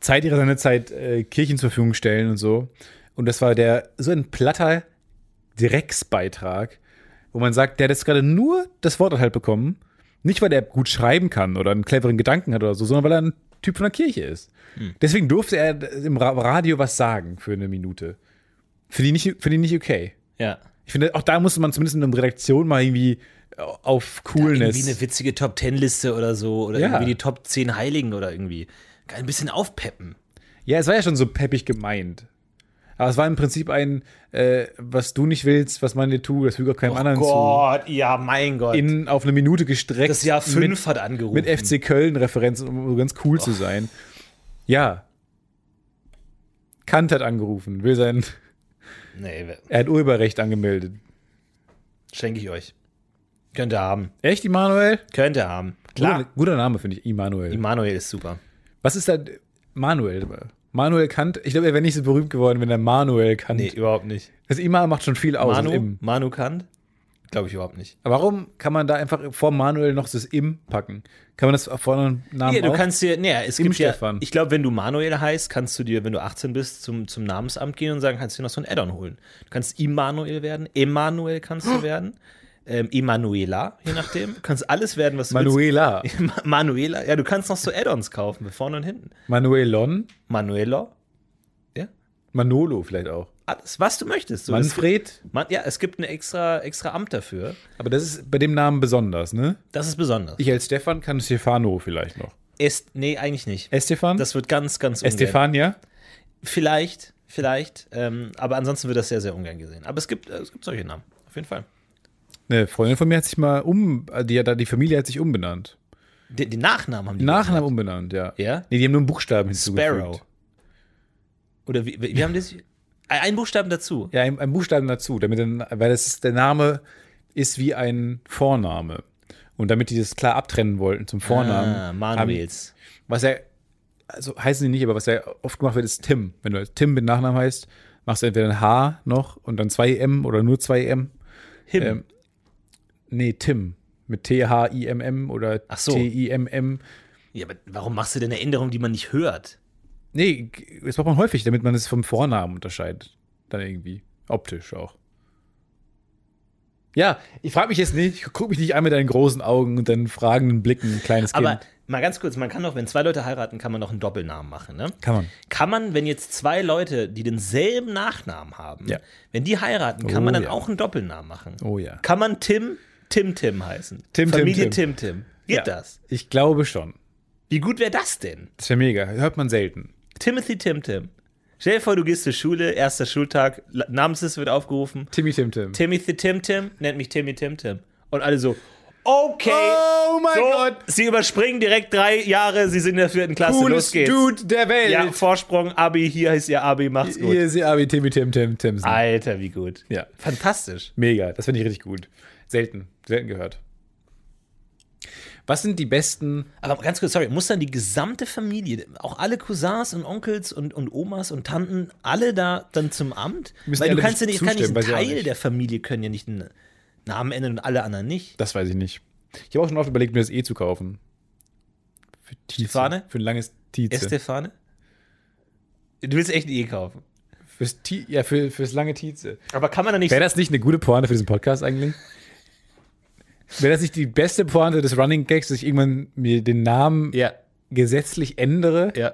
Speaker 2: Zeit ihrer Sendezeit äh, Kirchen zur Verfügung stellen und so. Und das war der so ein platter Drecksbeitrag, wo man sagt, der hat jetzt gerade nur das Wort halt bekommen. Nicht, weil der gut schreiben kann oder einen cleveren Gedanken hat oder so, sondern weil er ein Typ von der Kirche ist.
Speaker 3: Hm.
Speaker 2: Deswegen durfte er im Ra Radio was sagen für eine Minute. Finde ich nicht, finde ich nicht okay.
Speaker 3: Ja.
Speaker 2: Ich finde, auch da musste man zumindest in der Redaktion mal irgendwie auf Coolness.
Speaker 3: Irgendwie eine witzige Top Ten Liste oder so oder
Speaker 2: Ja.
Speaker 3: irgendwie die Top 10 Heiligen oder irgendwie. Ein bisschen aufpeppen.
Speaker 2: Ja, es war ja schon so peppig gemeint. Aber es war im Prinzip ein, äh, was du nicht willst, was man dir tut, das füge auch keinem anderen
Speaker 3: ja, mein Oh Gott.
Speaker 2: zu. In, auf eine Minute gestreckt.
Speaker 3: das Jahr 5 hat angerufen.
Speaker 2: Mit, mit FC Köln-Referenzen, um so ganz cool zu sein. Ja. Kant hat angerufen, will sein,
Speaker 3: Nee, we-
Speaker 2: er hat Urheberrecht angemeldet.
Speaker 3: schenke ich euch. Könnt ihr haben.
Speaker 2: Echt, Immanuel?
Speaker 3: Könnt ihr haben. Klar.
Speaker 2: Guter, guter Name, finde ich, Immanuel.
Speaker 3: Immanuel ist super.
Speaker 2: Was ist da? Manuel. Manuel Kant, ich glaube, er wäre nicht so berühmt geworden, wenn er Manuel Kant.
Speaker 3: Nee, überhaupt nicht.
Speaker 2: Das Ima macht schon viel aus. das
Speaker 3: Manu,
Speaker 2: Im.
Speaker 3: Manu Kant? Glaube ich überhaupt nicht.
Speaker 2: Aber warum kann man da einfach vor Manuel noch das Im packen? Kann man das vor einem Namen
Speaker 3: Ja, du
Speaker 2: auch?
Speaker 3: kannst dir, naja, es
Speaker 2: Im
Speaker 3: gibt
Speaker 2: Stefan.
Speaker 3: ja, ich glaube, wenn du Manuel heißt, kannst du dir, wenn du 18 bist, zum, zum Namensamt gehen und sagen, kannst du dir noch so ein Add-on holen. Du kannst Immanuel werden, Emanuel kannst du werden, ähm, Emanuela, je nachdem. Du kannst alles werden, was du
Speaker 2: Manuela.
Speaker 3: willst. Ma- Manuela, ja, du kannst noch so Add-ons kaufen, vorne und hinten.
Speaker 2: Manuelon.
Speaker 3: Manuelo,
Speaker 2: Manolo vielleicht auch.
Speaker 3: alles, was du möchtest. So, es gibt-
Speaker 2: Manfred.
Speaker 3: man, ja, es gibt ein extra, extra Amt dafür.
Speaker 2: Aber das ist bei dem Namen besonders, ne?
Speaker 3: Das ist besonders.
Speaker 2: Ich als Stefan kann Stefano vielleicht noch.
Speaker 3: Est, nee, eigentlich nicht.
Speaker 2: Estefan?
Speaker 3: Das wird ganz, ganz ungern.
Speaker 2: Estefania?
Speaker 3: Vielleicht, vielleicht. Ähm, aber ansonsten wird das sehr, sehr ungern gesehen. Aber es gibt, äh, es gibt solche Namen, auf jeden Fall.
Speaker 2: Eine Freundin von mir hat sich mal um, die, hat- die Familie hat sich umbenannt.
Speaker 3: Den, den Nachnamen haben die.
Speaker 2: Nachnamen umbenannt, ja.
Speaker 3: Ja?
Speaker 2: Nee, die haben nur einen Buchstaben hinzugefügt.
Speaker 3: Sparrow. Oder wie, wie, wie haben die das? Ein Buchstaben dazu.
Speaker 2: Ja, ein, ein Buchstaben dazu, damit dann, weil das ist, der Name ist wie ein Vorname. Und damit die das klar abtrennen wollten zum Vornamen.
Speaker 3: Ah,
Speaker 2: Haben,
Speaker 3: Manuels.
Speaker 2: was ja, also heißen die nicht, aber was ja oft gemacht wird, ist Tim. Wenn du als Tim mit Nachnamen heißt, machst du entweder ein H noch und dann zwei M oder nur zwei M.
Speaker 3: Him.
Speaker 2: ähm, Nee, Tim. Mit T-H-I-M-M oder
Speaker 3: Ach so.
Speaker 2: T-I-M-M.
Speaker 3: ja, aber warum machst du denn eine Änderung, die man nicht hört?
Speaker 2: Nee, das braucht man häufig, damit man es vom Vornamen unterscheidet. Dann irgendwie. Optisch auch. Ja, ich frage mich jetzt nicht, guck mich nicht an mit deinen großen Augen und deinen fragenden Blicken, kleines Kind.
Speaker 3: Aber mal ganz kurz, man kann doch, wenn zwei Leute heiraten, kann man doch einen Doppelnamen machen, ne?
Speaker 2: Kann man.
Speaker 3: Kann man, wenn jetzt zwei Leute, die denselben Nachnamen haben,
Speaker 2: Ja.
Speaker 3: wenn die heiraten, kann
Speaker 2: Oh,
Speaker 3: man dann
Speaker 2: ja.
Speaker 3: auch einen Doppelnamen machen?
Speaker 2: Oh ja.
Speaker 3: Kann man Tim Tim Tim heißen.
Speaker 2: Tim Tim
Speaker 3: Familie Tim
Speaker 2: Tim.
Speaker 3: Tim. Geht das?
Speaker 2: Ich glaube schon.
Speaker 3: Wie gut wäre das denn?
Speaker 2: Das wäre mega. Hört man selten.
Speaker 3: Timothy Tim Tim. Stell dir vor, du gehst zur Schule, erster Schultag, La- Namensliste wird aufgerufen.
Speaker 2: Timmy Tim Tim.
Speaker 3: Timothy Tim Tim nennt mich Timmy Tim Tim. Und alle so, okay.
Speaker 2: Oh mein
Speaker 3: so,
Speaker 2: Gott.
Speaker 3: Sie überspringen direkt drei Jahre, sie sind in der vierten Klasse, los
Speaker 2: Coolest
Speaker 3: geht's.
Speaker 2: Dude der Welt.
Speaker 3: Ja, Vorsprung, Abi, hier heißt ihr Abi, macht's gut. Ah.
Speaker 2: Hier ist ihr Abi Timmy Tim Tim Timson.
Speaker 3: Alter, wie gut.
Speaker 2: Ja.
Speaker 3: Fantastisch.
Speaker 2: Mega, das finde ich richtig gut. Selten, selten gehört. Was sind die besten?
Speaker 3: Aber ganz kurz, sorry, muss dann die gesamte Familie, auch alle Cousins und Onkels und, und Omas und Tanten, alle da dann zum Amt?
Speaker 2: Müssen
Speaker 3: Weil
Speaker 2: die
Speaker 3: du
Speaker 2: alle
Speaker 3: kannst ja
Speaker 2: nicht
Speaker 3: nicht, kann nicht einen
Speaker 2: zustimmen, weiß ich auch
Speaker 3: Teil
Speaker 2: nicht.
Speaker 3: der Familie können ja nicht einen Namen ändern und alle anderen nicht.
Speaker 2: Das weiß ich nicht. Ich habe auch schon oft überlegt, mir das E zu kaufen. Für Tietze.
Speaker 3: Stefane?
Speaker 2: Für ein langes Tietze.
Speaker 3: Estefane? Du willst echt ein E kaufen.
Speaker 2: Fürs, Ti ja, für, fürs lange Tietze.
Speaker 3: Aber kann man da nicht.
Speaker 2: Wäre das nicht eine gute Pointe für diesen Podcast eigentlich? Wäre das nicht die beste Pointe des Running Gags, dass ich irgendwann mir den Namen
Speaker 3: ja,
Speaker 2: gesetzlich ändere?
Speaker 3: ja.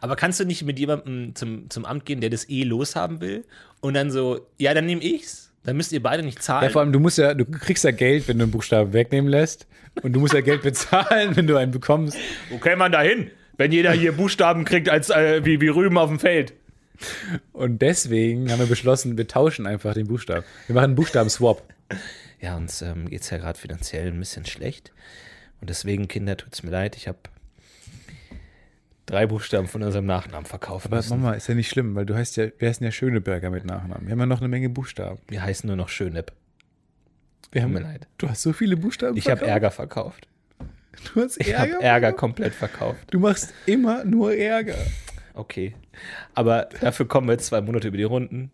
Speaker 3: Aber kannst du nicht mit jemandem zum, zum Amt gehen, der das E loshaben will? Und dann so, ja, dann nehme ich's. Dann müsst ihr beide nicht zahlen.
Speaker 2: Ja, vor allem, du musst ja, du kriegst ja Geld, wenn du einen Buchstaben wegnehmen lässt. Und du musst ja Geld bezahlen, wenn du einen bekommst.
Speaker 3: Wo käme man da hin, wenn jeder hier Buchstaben kriegt, als äh, wie, wie Rüben auf dem Feld?
Speaker 2: Und deswegen haben wir beschlossen, wir tauschen einfach den Buchstaben. Wir machen einen Buchstaben-Swap.
Speaker 3: Ja, uns ähm, geht es ja gerade finanziell ein bisschen schlecht. Und deswegen, Kinder, tut es mir leid, ich habe drei Buchstaben von unserem Nachnamen verkauft.
Speaker 2: Aber
Speaker 3: müssen.
Speaker 2: Mama, ist ja nicht schlimm, weil du heißt ja, wir heißen ja Schöneberger mit Nachnamen. Wir haben ja noch eine Menge Buchstaben.
Speaker 3: Wir heißen nur noch Schönepp.
Speaker 2: Wir haben,
Speaker 3: Tut mir leid.
Speaker 2: Du hast so viele Buchstaben.
Speaker 3: Ich habe
Speaker 2: verkauft.
Speaker 3: Ärger verkauft.
Speaker 2: Du hast
Speaker 3: Ich habe
Speaker 2: Ärger.
Speaker 3: Ärger komplett verkauft.
Speaker 2: Du machst immer nur Ärger.
Speaker 3: Okay. Aber dafür kommen wir jetzt zwei Monate über die Runden.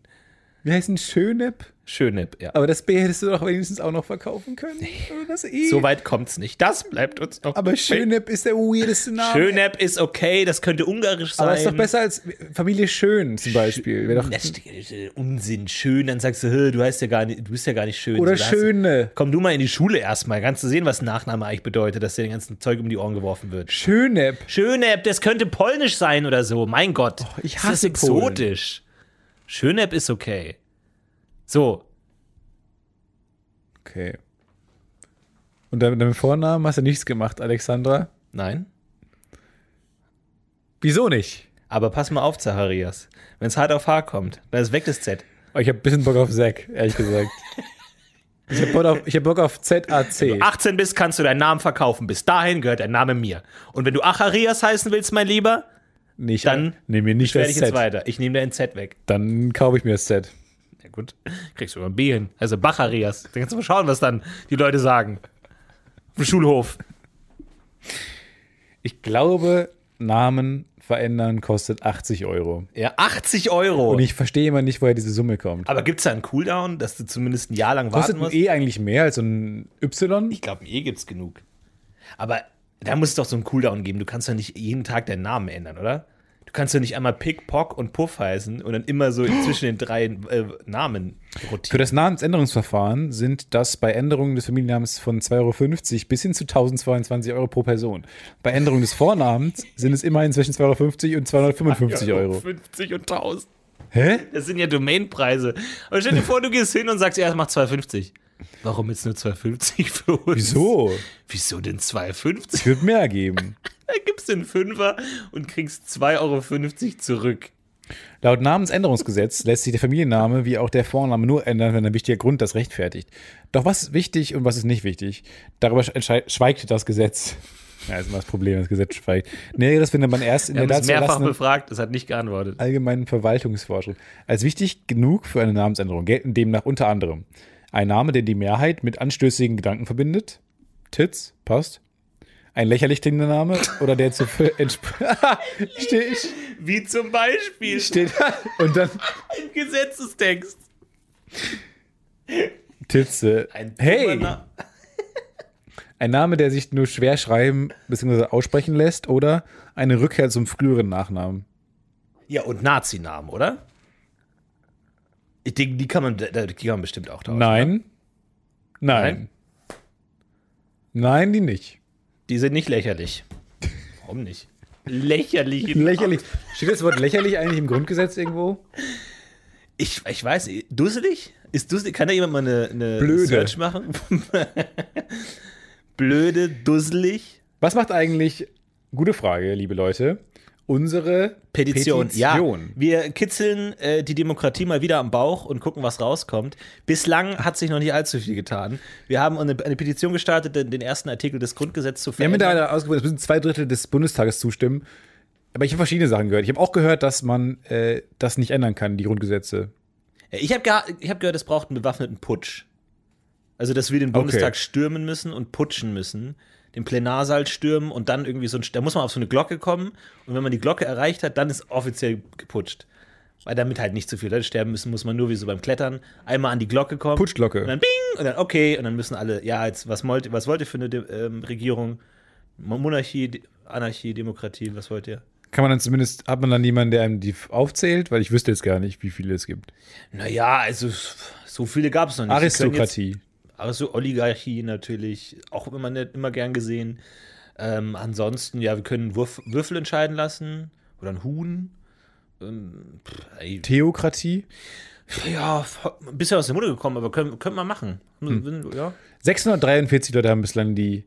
Speaker 2: Wir heißen Schönepp,
Speaker 3: Schönepp, ja.
Speaker 2: aber das B hättest du doch wenigstens auch noch verkaufen können. Oder das E.
Speaker 3: So weit kommt's nicht. Das bleibt uns noch.
Speaker 2: aber Schönepp ist der weirdeste Name.
Speaker 3: Schönepp ist okay, das könnte ungarisch sein.
Speaker 2: Aber ist doch besser als Familie Schön zum Beispiel. Wäre doch,
Speaker 3: Das ist äh, Unsinn, schön, dann sagst du, "Hö, du heißt ja gar nicht, du bist ja gar nicht schön.
Speaker 2: oder
Speaker 3: So, da hast du-
Speaker 2: Schöne.
Speaker 3: Komm du mal in die Schule erstmal, kannst du sehen, was Nachname eigentlich bedeutet, dass dir den ganzen Zeug um die Ohren geworfen wird.
Speaker 2: Schönepp.
Speaker 3: Schönepp, das könnte polnisch sein oder so. Mein Gott.
Speaker 2: Oh, ich
Speaker 3: das ist
Speaker 2: hasse Polen.
Speaker 3: exotisch. Schönepp ist okay. So,
Speaker 2: Okay. Und dann mit deinem Vornamen hast du nichts gemacht, Alexandra?
Speaker 3: nein.
Speaker 2: Wieso nicht?
Speaker 3: Aber pass mal auf, Zacharias. Wenn es hart auf hart kommt, dann ist weg das Z.
Speaker 2: Oh, ich habe ein bisschen Bock auf Zack, ehrlich gesagt. ich habe Bock, auf- ich hab Bock auf ZAC.
Speaker 3: 18 bist, kannst du deinen Namen verkaufen. Bis dahin gehört dein Name mir. Und wenn du Acharias heißen willst, mein Lieber,
Speaker 2: Nicht,
Speaker 3: dann
Speaker 2: nehme mir nicht
Speaker 3: werde
Speaker 2: das
Speaker 3: ich jetzt
Speaker 2: Z.
Speaker 3: weiter. Ich nehme dein Z weg.
Speaker 2: Dann kaufe ich mir das Z.
Speaker 3: Ja gut, kriegst du über ein B hin. Also Bacharias. Dann kannst du mal schauen, was dann die Leute sagen. Auf dem Schulhof.
Speaker 2: Ich glaube, Namen verändern kostet 80 Euro.
Speaker 3: Ja, 80 Euro.
Speaker 2: Und ich verstehe immer nicht, woher diese Summe kommt.
Speaker 3: Aber gibt es da einen Cooldown, dass du zumindest ein Jahr lang
Speaker 2: Kostet
Speaker 3: warten
Speaker 2: ein
Speaker 3: musst?
Speaker 2: E eigentlich mehr als so ein Y?
Speaker 3: Ich glaube, ein E gibt's genug. Aber da muss es doch so einen Cooldown geben. Du kannst doch nicht jeden Tag deinen Namen ändern, oder? Du kannst doch nicht einmal Pick, Pock und Puff heißen und dann immer so zwischen den drei äh, Namen
Speaker 2: Für
Speaker 3: rotieren.
Speaker 2: das Namensänderungsverfahren sind das bei Änderungen des Familiennamens von 2,50 Euro bis hin zu 1022 Euro pro Person. Bei Änderung des Vornamens sind es immerhin zwischen 2,50 Euro und 255 Euro.
Speaker 3: 50 und 1000.
Speaker 2: Hä?
Speaker 3: Das sind ja Domainpreise. Aber stell dir vor, du gehst hin und sagst, ja, es macht 2,50. Warum jetzt nur 2,50 für uns?
Speaker 2: Wieso?
Speaker 3: Wieso denn 2,50?
Speaker 2: Ich würde mehr geben.
Speaker 3: Da gibst du einen Fünfer und kriegst 2,50 Euro zurück.
Speaker 2: Laut Namensänderungsgesetz lässt sich der Familienname wie auch der Vorname nur ändern, wenn ein wichtiger Grund das rechtfertigt. Doch was ist wichtig und was ist nicht wichtig? Darüber entschei- schweigt das Gesetz. Ja, ist immer das Problem, das Gesetz schweigt. Näheres findet man erst in
Speaker 3: Wir
Speaker 2: der
Speaker 3: haben es
Speaker 2: dazu
Speaker 3: mehrfach
Speaker 2: erlassenen
Speaker 3: befragt, es hat nicht geantwortet.
Speaker 2: allgemeinen Verwaltungsvorschrift als wichtig genug für eine Namensänderung gelten demnach unter anderem ein Name, der die Mehrheit mit anstößigen Gedanken verbindet, Titz, passt, ein lächerlich klingender Name oder der zu entspricht. steht,
Speaker 3: Wie zum Beispiel
Speaker 2: steht, und dann
Speaker 3: im Gesetzestext.
Speaker 2: Titze. hey,
Speaker 3: dummer Na-
Speaker 2: ein Name, der sich nur schwer schreiben bzw. aussprechen lässt oder eine Rückkehr zum früheren Nachnamen.
Speaker 3: Ja, und Nazi-Namen, oder? Ich denke, die kann man, da- die kann man bestimmt auch tauschen.
Speaker 2: Nein. Nein. Nein, die nicht.
Speaker 3: Die sind nicht lächerlich. Warum nicht? Lächerlich.
Speaker 2: Lächerlich. Steht das Wort lächerlich eigentlich im Grundgesetz irgendwo?
Speaker 3: Ich, ich weiß, nicht. dusselig? Ist dusselig? Kann da jemand mal eine, eine
Speaker 2: Blöde.
Speaker 3: Search machen? Blöde, dusselig.
Speaker 2: Was macht eigentlich, gute Frage, liebe Leute, unsere
Speaker 3: Petition. Ja,
Speaker 2: Petition?
Speaker 3: wir kitzeln äh, die Demokratie mal wieder am Bauch und gucken, was rauskommt. Bislang hat sich noch nicht allzu viel getan. Wir haben eine, eine Petition gestartet, den, den ersten Artikel des Grundgesetzes zu
Speaker 2: Wir haben
Speaker 3: verändern.
Speaker 2: mittlerweile ausgewogen, es müssen zwei Drittel des Bundestages zustimmen. Aber ich habe verschiedene Sachen gehört. Ich habe auch gehört, dass man äh, das nicht ändern kann, die Grundgesetze.
Speaker 3: ich habe hab gehört, es braucht einen bewaffneten Putsch. Also, dass wir den Bundestag stürmen müssen und putschen müssen, den Plenarsaal stürmen und dann irgendwie so ein. Da muss man auf so eine Glocke kommen und wenn man die Glocke erreicht hat, dann ist offiziell geputscht. Weil damit halt nicht so viele Leute sterben müssen, muss man nur wie so beim Klettern einmal an die Glocke kommen.
Speaker 2: Putschglocke.
Speaker 3: Und dann bing und dann okay und dann müssen alle, ja, jetzt was wollt, was wollt ihr für eine De ähm, Regierung? Mo- Monarchie, De Anarchie, Demokratie, was wollt ihr?
Speaker 2: Kann man dann zumindest, hat man dann jemanden, der einem die f- aufzählt? Weil ich wüsste jetzt gar nicht, wie viele es gibt.
Speaker 3: Naja, also so viele gab es noch nicht. Sie können jetzt-
Speaker 2: Aristokratie.
Speaker 3: Aber so Oligarchie natürlich, auch immer, nicht, immer gern gesehen. Ähm, ansonsten, ja, wir können Wurf, Würfel entscheiden lassen oder ein Huhn. Ähm, pff, ey,
Speaker 2: Theokratie.
Speaker 3: ja, f- ein bisschen aus der Mode gekommen, aber können, können wir machen.
Speaker 2: Hm.
Speaker 3: Ja.
Speaker 2: 643 Leute haben bislang die.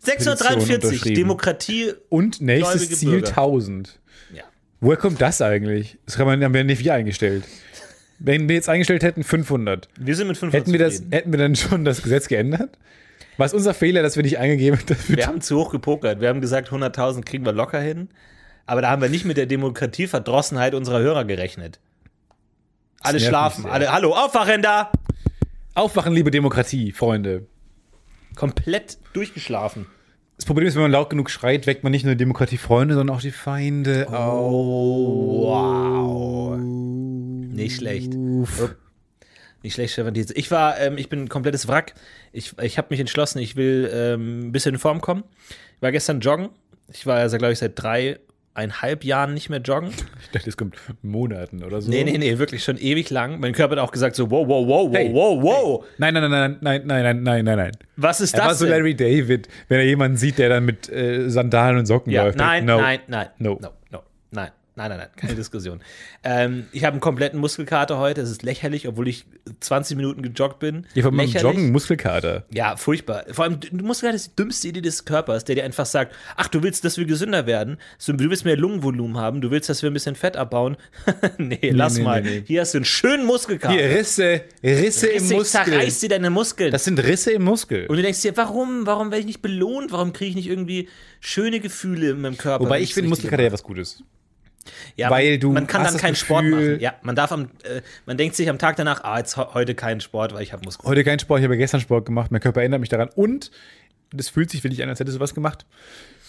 Speaker 3: 643,
Speaker 2: unterschrieben.
Speaker 3: Demokratie.
Speaker 2: Und nächstes
Speaker 3: Gläubige
Speaker 2: Ziel
Speaker 3: Bürger.
Speaker 2: 1000.
Speaker 3: Ja.
Speaker 2: Woher kommt das eigentlich? Das kann man, haben wir nicht wir eingestellt. Wenn wir jetzt eingestellt hätten, 500.
Speaker 3: Wir sind mit 5
Speaker 2: Hätten wir, das, hätten wir dann schon das Gesetz geändert? War es unser Fehler, dass wir nicht eingegeben haben? dass wir-
Speaker 3: Wir haben zu hoch gepokert. Wir haben gesagt, 100.000 kriegen wir locker hin. Aber da haben wir nicht mit der Demokratieverdrossenheit unserer Hörer gerechnet. Alle
Speaker 2: nervt
Speaker 3: schlafen,
Speaker 2: mich sehr.
Speaker 3: alle, hallo, aufwachen da!
Speaker 2: Aufwachen, liebe Demokratie, Freunde.
Speaker 3: Komplett durchgeschlafen.
Speaker 2: Das Problem ist, wenn man laut genug schreit, weckt man nicht nur Demokratiefreunde, sondern auch die Feinde. Ah,
Speaker 3: Oh, wow. Nicht schlecht. Upp. Nicht schlecht, Stefan Tietze. Ich war, ähm, ich bin ein komplettes Wrack. Ich, ich habe mich entschlossen, ich will ähm, ein bisschen in Form kommen. Ich war gestern joggen. Ich war also, glaube ich, seit dreieinhalb Jahren nicht mehr joggen.
Speaker 2: Ich dachte, das kommt Monaten oder so.
Speaker 3: Nee, nee, nee, wirklich schon ewig lang. Mein Körper hat auch gesagt so, wow, wow, wow, wow,
Speaker 2: Hey,
Speaker 3: wow, wow.
Speaker 2: Nein, nein, nein, nein, nein, nein, nein, nein, nein.
Speaker 3: Was ist
Speaker 2: Er war
Speaker 3: das
Speaker 2: so
Speaker 3: denn?
Speaker 2: Larry David, wenn er jemanden sieht, der dann mit äh, Sandalen und Socken
Speaker 3: ja,
Speaker 2: läuft.
Speaker 3: nein,
Speaker 2: No.
Speaker 3: nein, nein,
Speaker 2: No.
Speaker 3: no, no, nein, nein, nein, nein, keine Diskussion. Ähm, ich habe einen kompletten Muskelkater heute. Es ist lächerlich, obwohl ich 20 Minuten gejoggt bin.
Speaker 2: Hier von meinem
Speaker 3: Lächerlich.
Speaker 2: Joggen, Muskelkater.
Speaker 3: Ja, furchtbar. Vor allem, du musst gerade die dümmste Idee des Körpers, der dir einfach sagt, ach, du willst, dass wir gesünder werden, So, du willst mehr Lungenvolumen haben, du willst, dass wir ein bisschen Fett abbauen. nee, lass
Speaker 2: nee,
Speaker 3: mal.
Speaker 2: nee, nee.
Speaker 3: Hier hast du einen schönen Muskelkater.
Speaker 2: Hier, Risse, Risse
Speaker 3: Risse,
Speaker 2: im
Speaker 3: ich
Speaker 2: Muskel.
Speaker 3: zerreiß dir deine Muskeln.
Speaker 2: Das sind Risse im Muskel.
Speaker 3: Und du denkst dir, warum? Warum werde ich nicht belohnt? Warum kriege ich nicht irgendwie schöne Gefühle in meinem Körper?
Speaker 2: Wobei
Speaker 3: wenn
Speaker 2: ich finde,
Speaker 3: das Richtige
Speaker 2: Muskelkater ja was Gutes.
Speaker 3: ja,
Speaker 2: weil
Speaker 3: man-
Speaker 2: du
Speaker 3: Man kann
Speaker 2: hast
Speaker 3: dann
Speaker 2: das
Speaker 3: keinen Sport
Speaker 2: Gefühl-
Speaker 3: machen. Ja, man darf am, äh, man denkt sich am Tag danach, ah, jetzt ho- heute keinen Sport, weil ich habe Muskeln.
Speaker 2: Heute keinen Sport, ich habe gestern Sport gemacht, mein Körper erinnert mich daran. Und das fühlt sich wirklich an, als hättest du was gemacht.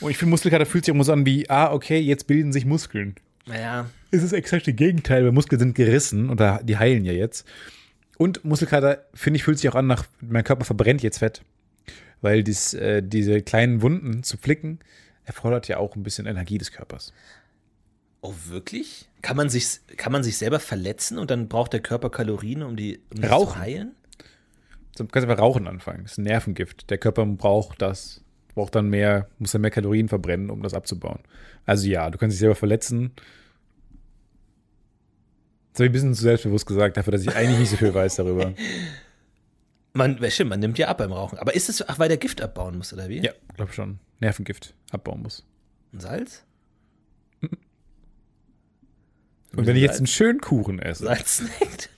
Speaker 2: Und ich finde, Muskelkater fühlt sich auch so an wie, ah, okay, jetzt bilden sich Muskeln.
Speaker 3: Naja,
Speaker 2: Es ist exakt das Gegenteil, weil Muskeln sind gerissen und da- die heilen ja jetzt. Und Muskelkater, finde ich, fühlt sich auch an nach, mein Körper verbrennt jetzt Fett. Weil dies, äh, diese kleinen Wunden zu flicken, erfordert ja auch ein bisschen Energie des Körpers.
Speaker 3: oh wirklich? Kann man sich, kann man sich selber verletzen und dann braucht der Körper Kalorien, um die um das zu
Speaker 2: Rauchen.
Speaker 3: heilen?
Speaker 2: Du kannst aber Rauchen anfangen. Das ist ein Nervengift. Der Körper braucht das. Braucht dann mehr, muss dann mehr Kalorien verbrennen, um das abzubauen. Also ja, du kannst dich selber verletzen. Das habe ich ein bisschen zu selbstbewusst gesagt, dafür, dass ich eigentlich nicht so viel weiß darüber.
Speaker 3: Man, ja, stimmt, man nimmt ja ab beim Rauchen. Aber ist es, ach, weil der Gift abbauen muss, oder wie?
Speaker 2: Ja, glaube schon. Nervengift abbauen muss.
Speaker 3: Und Salz?
Speaker 2: Und wenn ich jetzt einen schönen Kuchen esse,
Speaker 3: Salz neckt.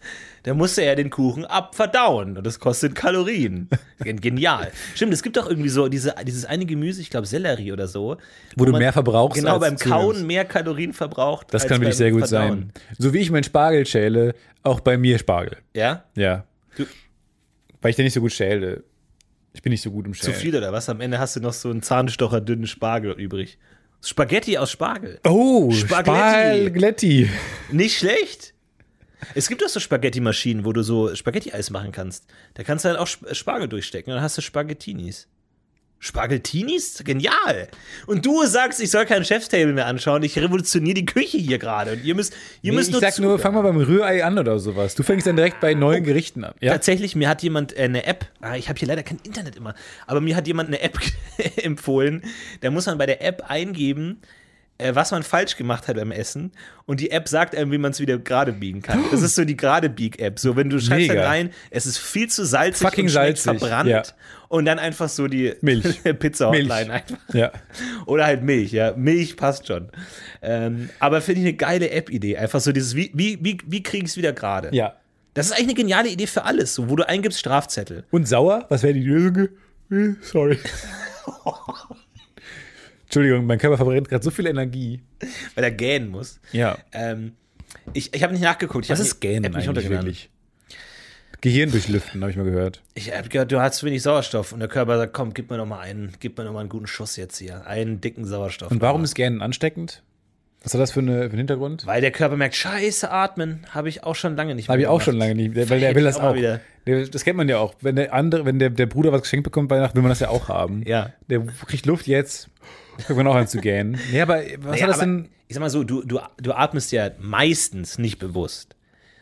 Speaker 3: Dann musste er den Kuchen abverdauen und das kostet Kalorien. Gen- Genial. Stimmt, es gibt doch irgendwie so diese, dieses eine Gemüse, ich glaube Sellerie oder so.
Speaker 2: wo du
Speaker 3: man
Speaker 2: mehr verbrauchst,
Speaker 3: Genau,
Speaker 2: als
Speaker 3: beim
Speaker 2: du zunimmst.
Speaker 3: Kauen mehr Kalorien verbraucht.
Speaker 2: das
Speaker 3: als
Speaker 2: kann wirklich
Speaker 3: beim
Speaker 2: sehr gut
Speaker 3: Verdauen.
Speaker 2: sein. So wie ich meinen Spargel schäle, auch bei mir Spargel.
Speaker 3: Ja?
Speaker 2: Ja.
Speaker 3: Du-
Speaker 2: Weil ich den nicht so gut schäle. Ich bin nicht so gut im
Speaker 3: Zu
Speaker 2: Schälen.
Speaker 3: viel oder was? Am Ende hast du noch so einen Zahnstocher dünnen Spargel übrig. Spaghetti aus Spargel.
Speaker 2: Oh,
Speaker 3: Spagletti.
Speaker 2: Spagletti.
Speaker 3: Nicht schlecht. Es gibt doch so Spaghetti-Maschinen, wo du so Spaghetti-Eis machen kannst. Da kannst du dann auch Sp- äh, Spargel durchstecken und dann hast du Spaghettinis. Spargeltinis? Genial! Und du sagst, ich soll kein Chefstable mehr anschauen. Ich revolutioniere die Küche hier gerade. Und ihr müsst, ihr
Speaker 2: Nee,
Speaker 3: müsst
Speaker 2: ich
Speaker 3: nur,
Speaker 2: sag nur,
Speaker 3: zuhören. Oh,
Speaker 2: fang mal beim Rührei an oder sowas. Du fängst dann direkt bei neuen Gerichten an. Ja?
Speaker 3: Tatsächlich, mir hat jemand äh, eine App, ah, ich habe hier leider kein Internet immer, aber mir hat jemand eine App empfohlen. Da muss man bei der App eingeben, äh, was man falsch gemacht hat beim Essen und die App sagt einem, wie man es wieder gerade biegen kann. Das ist so die gerade Bieg-App. So, wenn du schreibst
Speaker 2: Oh. Mega.
Speaker 3: dann rein, es ist viel zu salzig
Speaker 2: Fucking
Speaker 3: und schmeckt
Speaker 2: salzig,
Speaker 3: verbrannt
Speaker 2: ja.
Speaker 3: und dann einfach so die
Speaker 2: Milch.
Speaker 3: Pizza-Hotline
Speaker 2: Milch.
Speaker 3: einfach.
Speaker 2: Ja.
Speaker 3: Oder halt Milch, ja. Milch passt schon. Ähm, aber finde ich eine geile App-Idee. Einfach so dieses, wie, wie, wie, wie kriege ich es wieder gerade?
Speaker 2: Ja.
Speaker 3: Das ist eigentlich eine geniale Idee für alles, so, wo du eingibst Strafzettel.
Speaker 2: Und sauer? Was wäre die Lösung? Äh, Sorry. Entschuldigung, mein Körper verbrennt gerade so viel Energie.
Speaker 3: weil er gähnen muss.
Speaker 2: Ja.
Speaker 3: Ähm, ich ich habe nicht nachgeguckt. Ich
Speaker 2: Was
Speaker 3: hab
Speaker 2: ist
Speaker 3: die
Speaker 2: Gähnen
Speaker 3: App nicht
Speaker 2: eigentlich
Speaker 3: runtergeladen.
Speaker 2: wirklich? Gehirn durchlüften, habe ich mal gehört.
Speaker 3: Ich habe gehört, du hast zu wenig Sauerstoff und der Körper sagt, komm, gib mir noch mal einen, gib mir noch mal einen guten Schuss jetzt hier, einen dicken Sauerstoff. Genau.
Speaker 2: Und warum ist Gähnen ansteckend? Was hat das für, eine, für einen Hintergrund?
Speaker 3: Weil der Körper merkt, Scheiße, atmen, habe ich auch schon lange nicht.
Speaker 2: Habe ich
Speaker 3: mehr
Speaker 2: auch
Speaker 3: gemacht.
Speaker 2: schon lange nicht, weil der
Speaker 3: Hätte
Speaker 2: will
Speaker 3: ich
Speaker 2: das
Speaker 3: auch mal
Speaker 2: auch.
Speaker 3: wieder.
Speaker 2: Der, das kennt man ja auch. Wenn der andere, wenn der, der Bruder was geschenkt bekommt bei Weihnachten, will man das ja auch haben.
Speaker 3: Ja.
Speaker 2: Der kriegt Luft jetzt, kriegt man auch an zu gähnen. Ja, aber was
Speaker 3: Naja,
Speaker 2: hat das
Speaker 3: aber
Speaker 2: denn?
Speaker 3: Ich sag mal so, du, du, du atmest ja meistens nicht bewusst,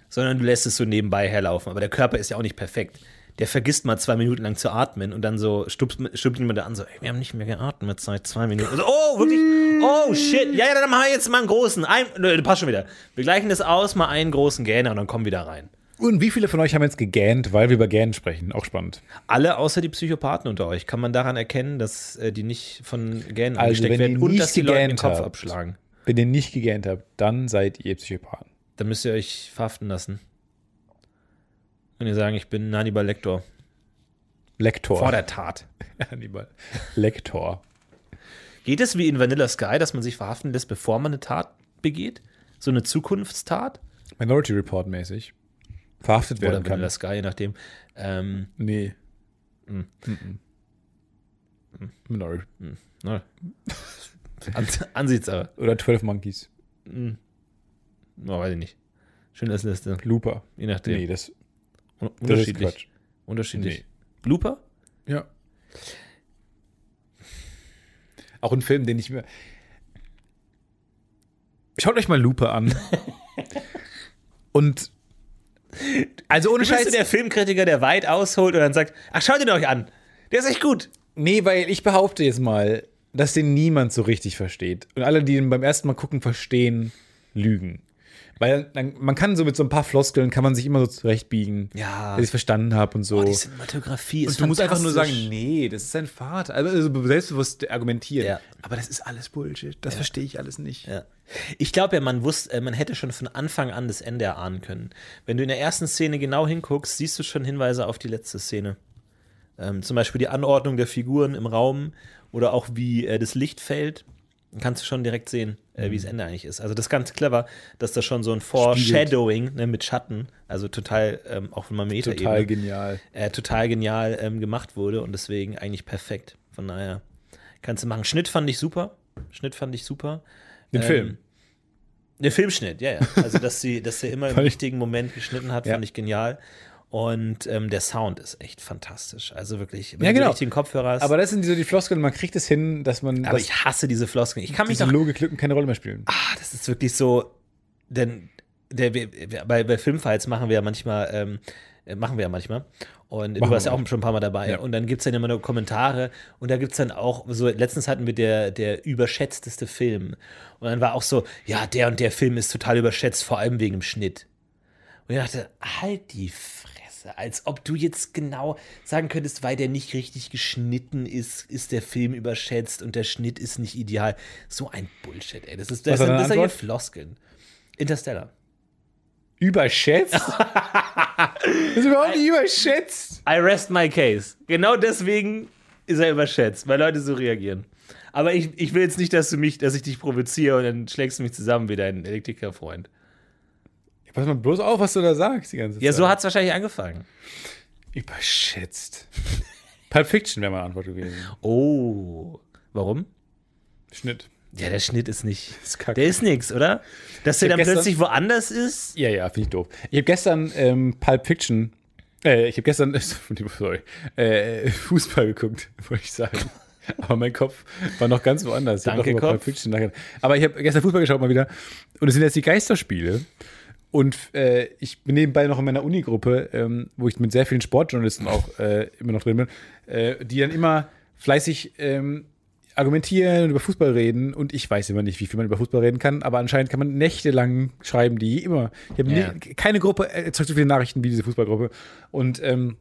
Speaker 3: sondern du lässt es so nebenbei herlaufen. Aber der Körper ist ja auch nicht perfekt. Der vergisst mal zwei Minuten lang zu atmen und dann so stupst, stupst jemand da an, so, ey, wir haben nicht mehr geatmet seit zwei Minuten. Also, oh, wirklich? Oh, shit. Ja, ja, dann machen wir jetzt mal einen großen. Ein, nö, passt schon wieder. Wir gleichen das aus, mal einen großen Gähner und dann kommen wir da rein.
Speaker 2: Und wie viele von euch haben jetzt gegähnt, weil wir über Gähnen sprechen? Auch spannend.
Speaker 3: Alle außer die Psychopathen unter euch kann man daran erkennen, dass äh, die nicht von Gähnen
Speaker 2: Also,
Speaker 3: angesteckt
Speaker 2: wenn
Speaker 3: werden
Speaker 2: ihr
Speaker 3: und
Speaker 2: nicht
Speaker 3: dass die Leute den
Speaker 2: gegähnt
Speaker 3: Kopf
Speaker 2: habt.
Speaker 3: abschlagen.
Speaker 2: Wenn ihr nicht gegähnt habt, dann seid ihr Psychopathen.
Speaker 3: Dann müsst ihr euch verhaften lassen. Wenn ihr sagen, ich bin Hannibal Lector.
Speaker 2: Lektor.
Speaker 3: Vor der Tat.
Speaker 2: Hannibal. Lektor.
Speaker 3: Geht es wie in Vanilla Sky, dass man sich verhaften lässt, bevor man eine Tat begeht? So eine Zukunftstat?
Speaker 2: Minority Report mäßig. Verhaftet
Speaker 3: Oder
Speaker 2: werden
Speaker 3: Vanilla
Speaker 2: kann.
Speaker 3: Sky, je nachdem. Ähm,
Speaker 2: Nee.
Speaker 3: Mhm.
Speaker 2: Mhm. Minority.
Speaker 3: na. An Ansichts aber.
Speaker 2: Oder 12 Monkeys.
Speaker 3: Oh, weiß ich nicht. Schönheitsliste.
Speaker 2: Looper.
Speaker 3: Je nachdem.
Speaker 2: Nee, das,
Speaker 3: Un
Speaker 2: das ist
Speaker 3: unterschiedlich.
Speaker 2: Quatsch.
Speaker 3: unterschiedlich. Blooper?
Speaker 2: Ja. Auch ein Film, den ich mir. Schaut euch mal Lupe an. Und. Also ohne
Speaker 3: Du bist du
Speaker 2: Scheiß.
Speaker 3: der Filmkritiker, der weit ausholt und dann sagt, ach, schaut ihn euch an. Der ist echt gut.
Speaker 2: Nee, weil ich behaupte jetzt mal, dass den niemand so richtig versteht. Und alle, die den beim ersten Mal gucken, verstehen, lügen. Weil dann, man kann so mit so ein paar Floskeln, kann man sich immer so zurechtbiegen,
Speaker 3: Ja. Oh,
Speaker 2: dass ich es verstanden habe und so.
Speaker 3: Die Cinematografie ist
Speaker 2: Und du musst einfach nur sagen,
Speaker 3: fantastisch.
Speaker 2: nee, das ist sein Vater. Also, also selbstbewusst argumentieren.
Speaker 3: Ja.
Speaker 2: Aber das ist alles Bullshit. Das verstehe ich alles nicht.
Speaker 3: Ja. Ich glaube ja, man wusste, äh, man hätte schon von Anfang an das Ende erahnen können. Wenn du in der ersten Szene genau hinguckst, siehst du schon Hinweise auf die letzte Szene. Ähm, zum Beispiel die Anordnung der Figuren im Raum oder auch wie äh, das Licht fällt. Dann Kannst du schon direkt sehen, äh, wie das Ende eigentlich ist. Also das ist ganz clever, dass da schon so ein Foreshadowing ne, mit Schatten, also total, ähm, auch wenn man Meta
Speaker 2: Total genial.
Speaker 3: äh, total genial ähm, gemacht wurde und deswegen eigentlich perfekt. Von daher kannst du machen. Schnitt fand ich super. Schnitt fand ich super.
Speaker 2: Den Film.
Speaker 3: Den Filmschnitt, ja, ja. Also, dass, sie, dass er immer im
Speaker 2: Fand ich-
Speaker 3: richtigen Moment geschnitten hat,
Speaker 2: Ja.
Speaker 3: fand ich genial. Und ähm, der Sound ist echt fantastisch. Also wirklich, wenn
Speaker 2: Ja,
Speaker 3: du den
Speaker 2: genau.
Speaker 3: richtigen Kopfhörer hast.
Speaker 2: Aber das sind so die Floskeln, man kriegt es hin, dass man
Speaker 3: aber
Speaker 2: dass
Speaker 3: ich hasse diese Floskeln. Ich kann mich
Speaker 2: diese
Speaker 3: doch
Speaker 2: Logiklücken keine Rolle mehr spielen.
Speaker 3: Ah, das ist wirklich so, denn der, wir- wir- bei, bei Filmfights machen wir ja manchmal, ähm, äh, machen wir ja manchmal. Und du
Speaker 2: Machen
Speaker 3: warst
Speaker 2: wir
Speaker 3: ja auch schon ein paar Mal dabei.
Speaker 2: Ja.
Speaker 3: Und dann gibt es dann immer nur Kommentare. Und da gibt es dann auch, so letztens hatten wir der, der überschätzteste Film. Und dann war auch so, ja, der und der Film ist total überschätzt, vor allem wegen dem Schnitt. Und ich dachte, halt die Fresse, als ob du jetzt genau sagen könntest, weil der nicht richtig geschnitten ist, ist der Film überschätzt und der Schnitt ist nicht ideal. So ein Bullshit, ey. Das ist das,
Speaker 2: Was war
Speaker 3: sind-
Speaker 2: deine
Speaker 3: das sind hier
Speaker 2: Antwort?
Speaker 3: Floskeln. Interstellar.
Speaker 2: Überschätzt? das ist überhaupt nicht überschätzt.
Speaker 3: I rest my case. Genau deswegen ist er überschätzt, weil Leute so reagieren. Aber ich, ich will jetzt nicht, dass du mich, dass ich dich provoziere und dann schlägst du mich zusammen wie dein Elektrikerfreund.
Speaker 2: Pass mal bloß auf, was du da sagst die ganze Zeit.
Speaker 3: Ja, so hat es wahrscheinlich angefangen.
Speaker 2: Überschätzt. Pulp Fiction wäre meine Antwort gewesen.
Speaker 3: Oh. Warum?
Speaker 2: Schnitt.
Speaker 3: Ja, der Schnitt ist nicht.
Speaker 2: ist kacke.
Speaker 3: Der ist nix, oder? Dass der
Speaker 2: Ich
Speaker 3: dann
Speaker 2: hab gestern-
Speaker 3: plötzlich woanders ist.
Speaker 2: Ja, ja, finde ich doof. Ich habe gestern ähm, Pulp Fiction. Äh, ich habe gestern, sorry, äh, Fußball geguckt, wollte ich sagen. Aber mein Kopf war noch ganz woanders. Ich hab
Speaker 3: Danke,
Speaker 2: noch über Pulp
Speaker 3: Kopf.
Speaker 2: Fiction nachgedacht. Aber ich habe gestern Fußball geschaut mal wieder. Und es sind jetzt die Geisterspiele. Und äh, ich bin nebenbei noch in meiner Uni-Gruppe, ähm, wo ich mit sehr vielen Sportjournalisten auch äh, immer noch drin bin, äh, die dann immer fleißig ähm, argumentieren, über Fußball reden und ich weiß immer nicht, wie viel man über Fußball reden kann, aber anscheinend kann man nächtelang schreiben, die immer. Ich habe
Speaker 1: Ja.
Speaker 2: nie- keine Gruppe erzeugt so viele Nachrichten wie diese Fußballgruppe. Und ähm,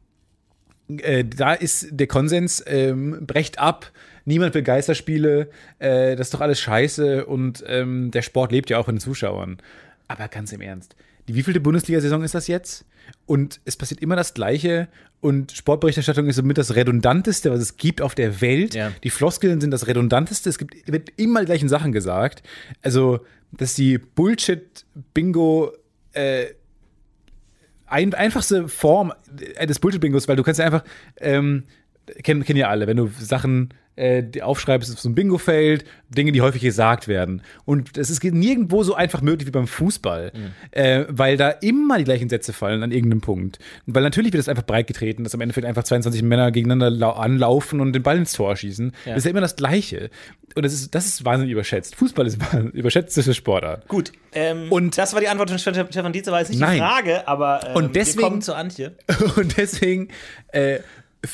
Speaker 2: äh, da ist der Konsens, ähm, brecht ab, niemand will Geisterspiele, äh, das ist doch alles scheiße und ähm, der Sport lebt ja auch in den Zuschauern. Aber ganz im Ernst, die wievielte Bundesliga-Saison ist das jetzt? Und es passiert immer das Gleiche und Sportberichterstattung ist somit das Redundanteste, was es gibt auf der Welt.
Speaker 3: Ja.
Speaker 2: Die Floskeln sind das Redundanteste, es gibt, wird immer die gleichen Sachen gesagt. Also, dass die Bullshit-Bingo ein, einfachste Form äh, des Bullshit-Bingos, weil du kannst ja einfach, ähm, kennen kenn ja alle, wenn du Sachen äh, die aufschreibst auf so ein Bingo-Feld, Dinge, die häufig gesagt werden. Und es ist nirgendwo so einfach möglich wie beim Fußball, äh, weil da immer die gleichen Sätze fallen an irgendeinem Punkt. Weil natürlich wird es einfach breit getreten, dass am Endeffekt einfach 22 Männer gegeneinander lau- anlaufen und den Ball ins Tor schießen. Das ist ja immer das Gleiche. Und das ist, das ist wahnsinnig überschätzt. Fußball ist eine überschätzte Sportart.
Speaker 3: Gut, ähm,
Speaker 2: Und-
Speaker 3: das war die Antwort von Ste- Stefan Dietze, war jetzt nicht
Speaker 2: Nein.
Speaker 3: die Frage, aber ähm,
Speaker 2: Und deswegen-
Speaker 3: wir kommen zu Antje.
Speaker 2: Und deswegen äh,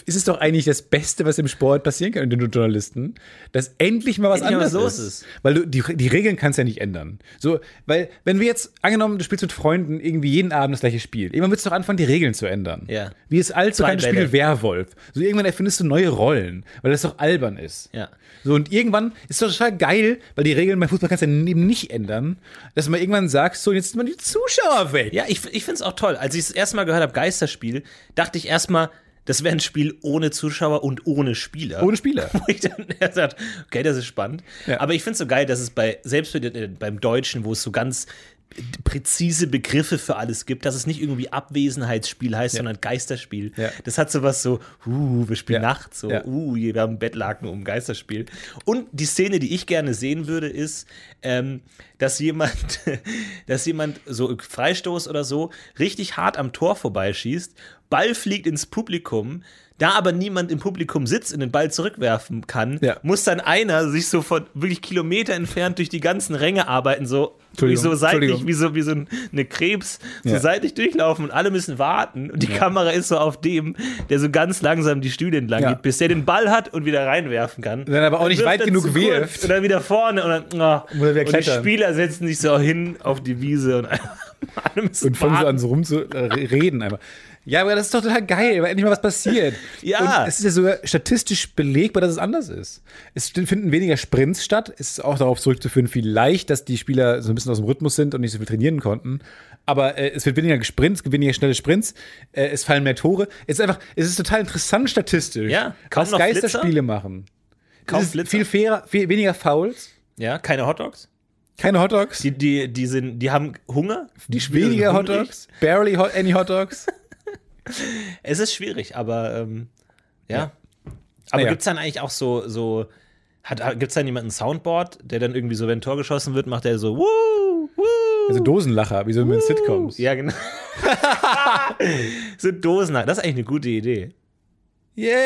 Speaker 2: ist es doch eigentlich das Beste, was im Sport passieren kann, den Journalisten, dass endlich mal was
Speaker 3: Endlich mal
Speaker 2: anderes
Speaker 3: was los
Speaker 2: ist.
Speaker 3: ist.
Speaker 2: Weil du, die, die Regeln kannst du ja nicht ändern. So, weil, wenn wir jetzt, angenommen, du spielst mit Freunden irgendwie jeden Abend das gleiche Spiel, irgendwann würdest du doch anfangen, die Regeln zu ändern.
Speaker 3: Ja.
Speaker 2: Wie es allzu
Speaker 3: Zwei
Speaker 2: kein Spiel
Speaker 3: Bälle.
Speaker 2: Werwolf. So, irgendwann erfindest du neue Rollen, weil das doch albern ist.
Speaker 3: Ja.
Speaker 2: So, und irgendwann ist das total geil, weil die Regeln beim Fußball kannst du ja eben nicht ändern, dass man irgendwann sagst, so, jetzt sind mal die Zuschauer weg.
Speaker 3: Ja, ich, ich find's auch toll. Als ich das erste Mal gehört habe, Geisterspiel, dachte ich erstmal, das wäre ein Spiel ohne Zuschauer und ohne Spieler.
Speaker 2: Ohne Spieler.
Speaker 3: Wo ich dann erst dachte, okay, das ist spannend. Aber ich find's so geil, dass es bei, selbst bei den- äh, beim Deutschen, wo es so ganz präzise Begriffe für alles gibt, dass es nicht irgendwie Abwesenheitsspiel heißt, sondern Geisterspiel.
Speaker 2: Ja.
Speaker 3: Das hat sowas so, uh, wir spielen
Speaker 2: Ja.
Speaker 3: nachts, so,
Speaker 2: Ja.
Speaker 3: uh, wir haben Bettlaken um Geisterspiel. Und die Szene, die ich gerne sehen würde, ist, ähm, dass jemand, dass jemand so Freistoß oder so richtig hart am Tor vorbeischießt, Ball fliegt ins Publikum, da aber niemand im Publikum sitzt und den Ball zurückwerfen kann,
Speaker 2: Ja.
Speaker 3: muss dann einer sich so von wirklich Kilometer entfernt durch die ganzen Ränge arbeiten, so wie
Speaker 2: Entschuldigung,
Speaker 3: so seitlich,
Speaker 2: Entschuldigung.
Speaker 3: wie so, wie so ein- eine Krebs, so
Speaker 2: Ja.
Speaker 3: seitlich durchlaufen und alle müssen warten und die Kamera ist so auf dem, der so ganz langsam die Stühle entlang
Speaker 2: Ja.
Speaker 3: geht, bis der den Ball hat und wieder reinwerfen kann.
Speaker 2: Dann aber auch nicht
Speaker 3: wirft
Speaker 2: weit
Speaker 3: er
Speaker 2: genug
Speaker 3: zu
Speaker 2: wirft.
Speaker 3: kurz Und dann wieder vorne und dann, ah.
Speaker 2: Muss er wieder
Speaker 3: und die
Speaker 2: klettern.
Speaker 3: Spieler setzen sich so hin auf die Wiese und alle müssen
Speaker 2: Und fangen so
Speaker 3: warten.
Speaker 2: an, so rumzureden einfach. Ja, aber das ist doch total geil, weil endlich mal was passiert.
Speaker 3: Ja.
Speaker 2: Und es ist ja sogar statistisch belegbar, dass es anders ist. Es finden weniger Sprints statt. Es ist auch darauf zurückzuführen, vielleicht, dass die Spieler so ein bisschen aus dem Rhythmus sind und nicht so viel trainieren konnten. Aber äh, es wird weniger gesprintet, es gibt weniger schnelle Sprints, äh, es fallen mehr Tore. Es ist einfach, es ist total interessant statistisch,
Speaker 3: Ja, kaum
Speaker 2: was
Speaker 3: noch Flitzer.
Speaker 2: Geisterspiele machen.
Speaker 3: Kaum
Speaker 2: es ist
Speaker 3: Flitzer.
Speaker 2: viel fairer, viel weniger Fouls,
Speaker 3: Ja, keine Hotdogs.
Speaker 2: keine Hotdogs,
Speaker 3: Die, die, die, sind, die haben Hunger. Die Spieler sind
Speaker 2: weniger
Speaker 3: hungrig.
Speaker 2: Hotdogs, barely hot, any Hotdogs.
Speaker 3: Es ist schwierig, aber ähm, ja. Aber
Speaker 2: Naja.
Speaker 3: gibt's dann eigentlich auch so, so hat, gibt's dann jemanden ein Soundboard, der dann irgendwie so, wenn ein Tor geschossen wird, macht der so, wuh, wuh.
Speaker 2: Also Dosenlacher, wie so in den Sitcoms.
Speaker 3: Ja, genau. so Dosen, das ist eigentlich eine gute Idee.
Speaker 2: Yeah!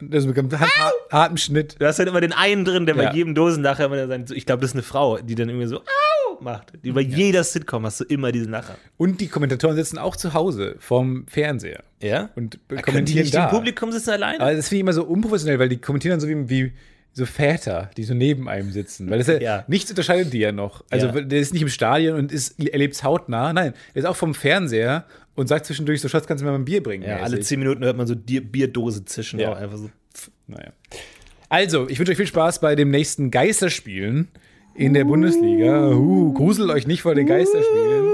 Speaker 2: Das bekommt einen har- harten Schnitt.
Speaker 3: Du hast halt immer den einen drin, der
Speaker 2: Ja.
Speaker 3: bei jedem Dosenlacher immer dann, so- ich glaube, das ist eine Frau, die dann irgendwie so Au! macht. Die Bei jeder Sitcom hast du immer diesen Lacher.
Speaker 2: Und die Kommentatoren sitzen auch zu Hause vorm Fernseher
Speaker 3: Ja?
Speaker 2: und
Speaker 3: Da können die
Speaker 2: kommentieren
Speaker 3: nicht im
Speaker 2: da.
Speaker 3: Publikum sitzen alleine?
Speaker 2: Aber das finde ich immer so unprofessionell, weil die kommentieren dann so wie, wie so Väter, die so neben einem sitzen. Weil das ja,
Speaker 3: Ja.
Speaker 2: nichts unterscheidet die ja noch. Also
Speaker 3: Ja.
Speaker 2: der ist nicht im Stadion und ist, erlebt es hautnah. Nein, der ist auch vom Fernseher und sagt zwischendurch so, Schatz, kannst du mir mal ein Bier bringen?
Speaker 3: ja, alle
Speaker 2: mäßig.
Speaker 3: zehn Minuten hört man so die Bierdose zischen.
Speaker 2: Ja.
Speaker 3: Auch einfach so.
Speaker 2: Naja. Also, ich wünsche euch viel Spaß bei dem nächsten Geisterspielen in der Bundesliga. Uh, gruselt euch nicht vor den Geisterspielen.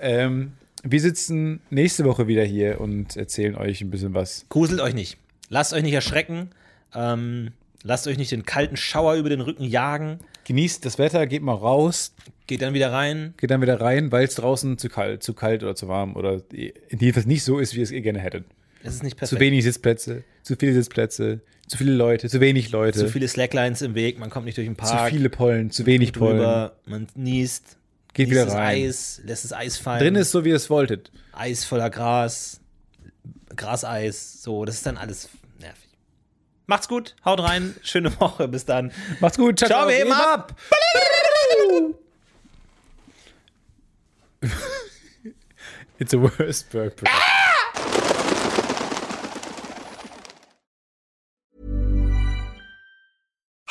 Speaker 2: Ähm, wir sitzen nächste Woche wieder hier und erzählen euch ein bisschen was.
Speaker 3: Gruselt euch nicht. Lasst euch nicht erschrecken. Ähm, lasst euch nicht den kalten Schauer über den Rücken jagen.
Speaker 2: Genießt das Wetter, geht mal raus,
Speaker 3: Geht dann wieder rein.
Speaker 2: geht dann wieder rein, weil es draußen zu kalt, zu kalt oder zu warm oder jedenfalls nicht so ist, wie es ihr gerne hättet.
Speaker 3: Es ist nicht
Speaker 2: Zu
Speaker 3: perfekt.
Speaker 2: wenig Sitzplätze, zu viele Sitzplätze, zu viele Leute, zu wenig Leute,
Speaker 3: Zu viele Slacklines im Weg. Man kommt nicht durch den
Speaker 2: zu
Speaker 3: Park.
Speaker 2: viele Pollen, zu wenig Pollen.
Speaker 3: drüber. Man niest.
Speaker 2: Geht
Speaker 3: niest
Speaker 2: wieder
Speaker 3: das
Speaker 2: rein.
Speaker 3: Eis. Lässt das Eis fallen.
Speaker 2: Drin ist so, wie ihr es wolltet.
Speaker 3: Eis voller Gras. Graseis. So, das ist dann alles nervig. Macht's gut. Haut rein. Schöne Woche. Bis dann.
Speaker 2: Macht's gut. Ciao,
Speaker 3: Ciao,
Speaker 2: ciao
Speaker 3: wir heben
Speaker 2: ab. It's a worst burp.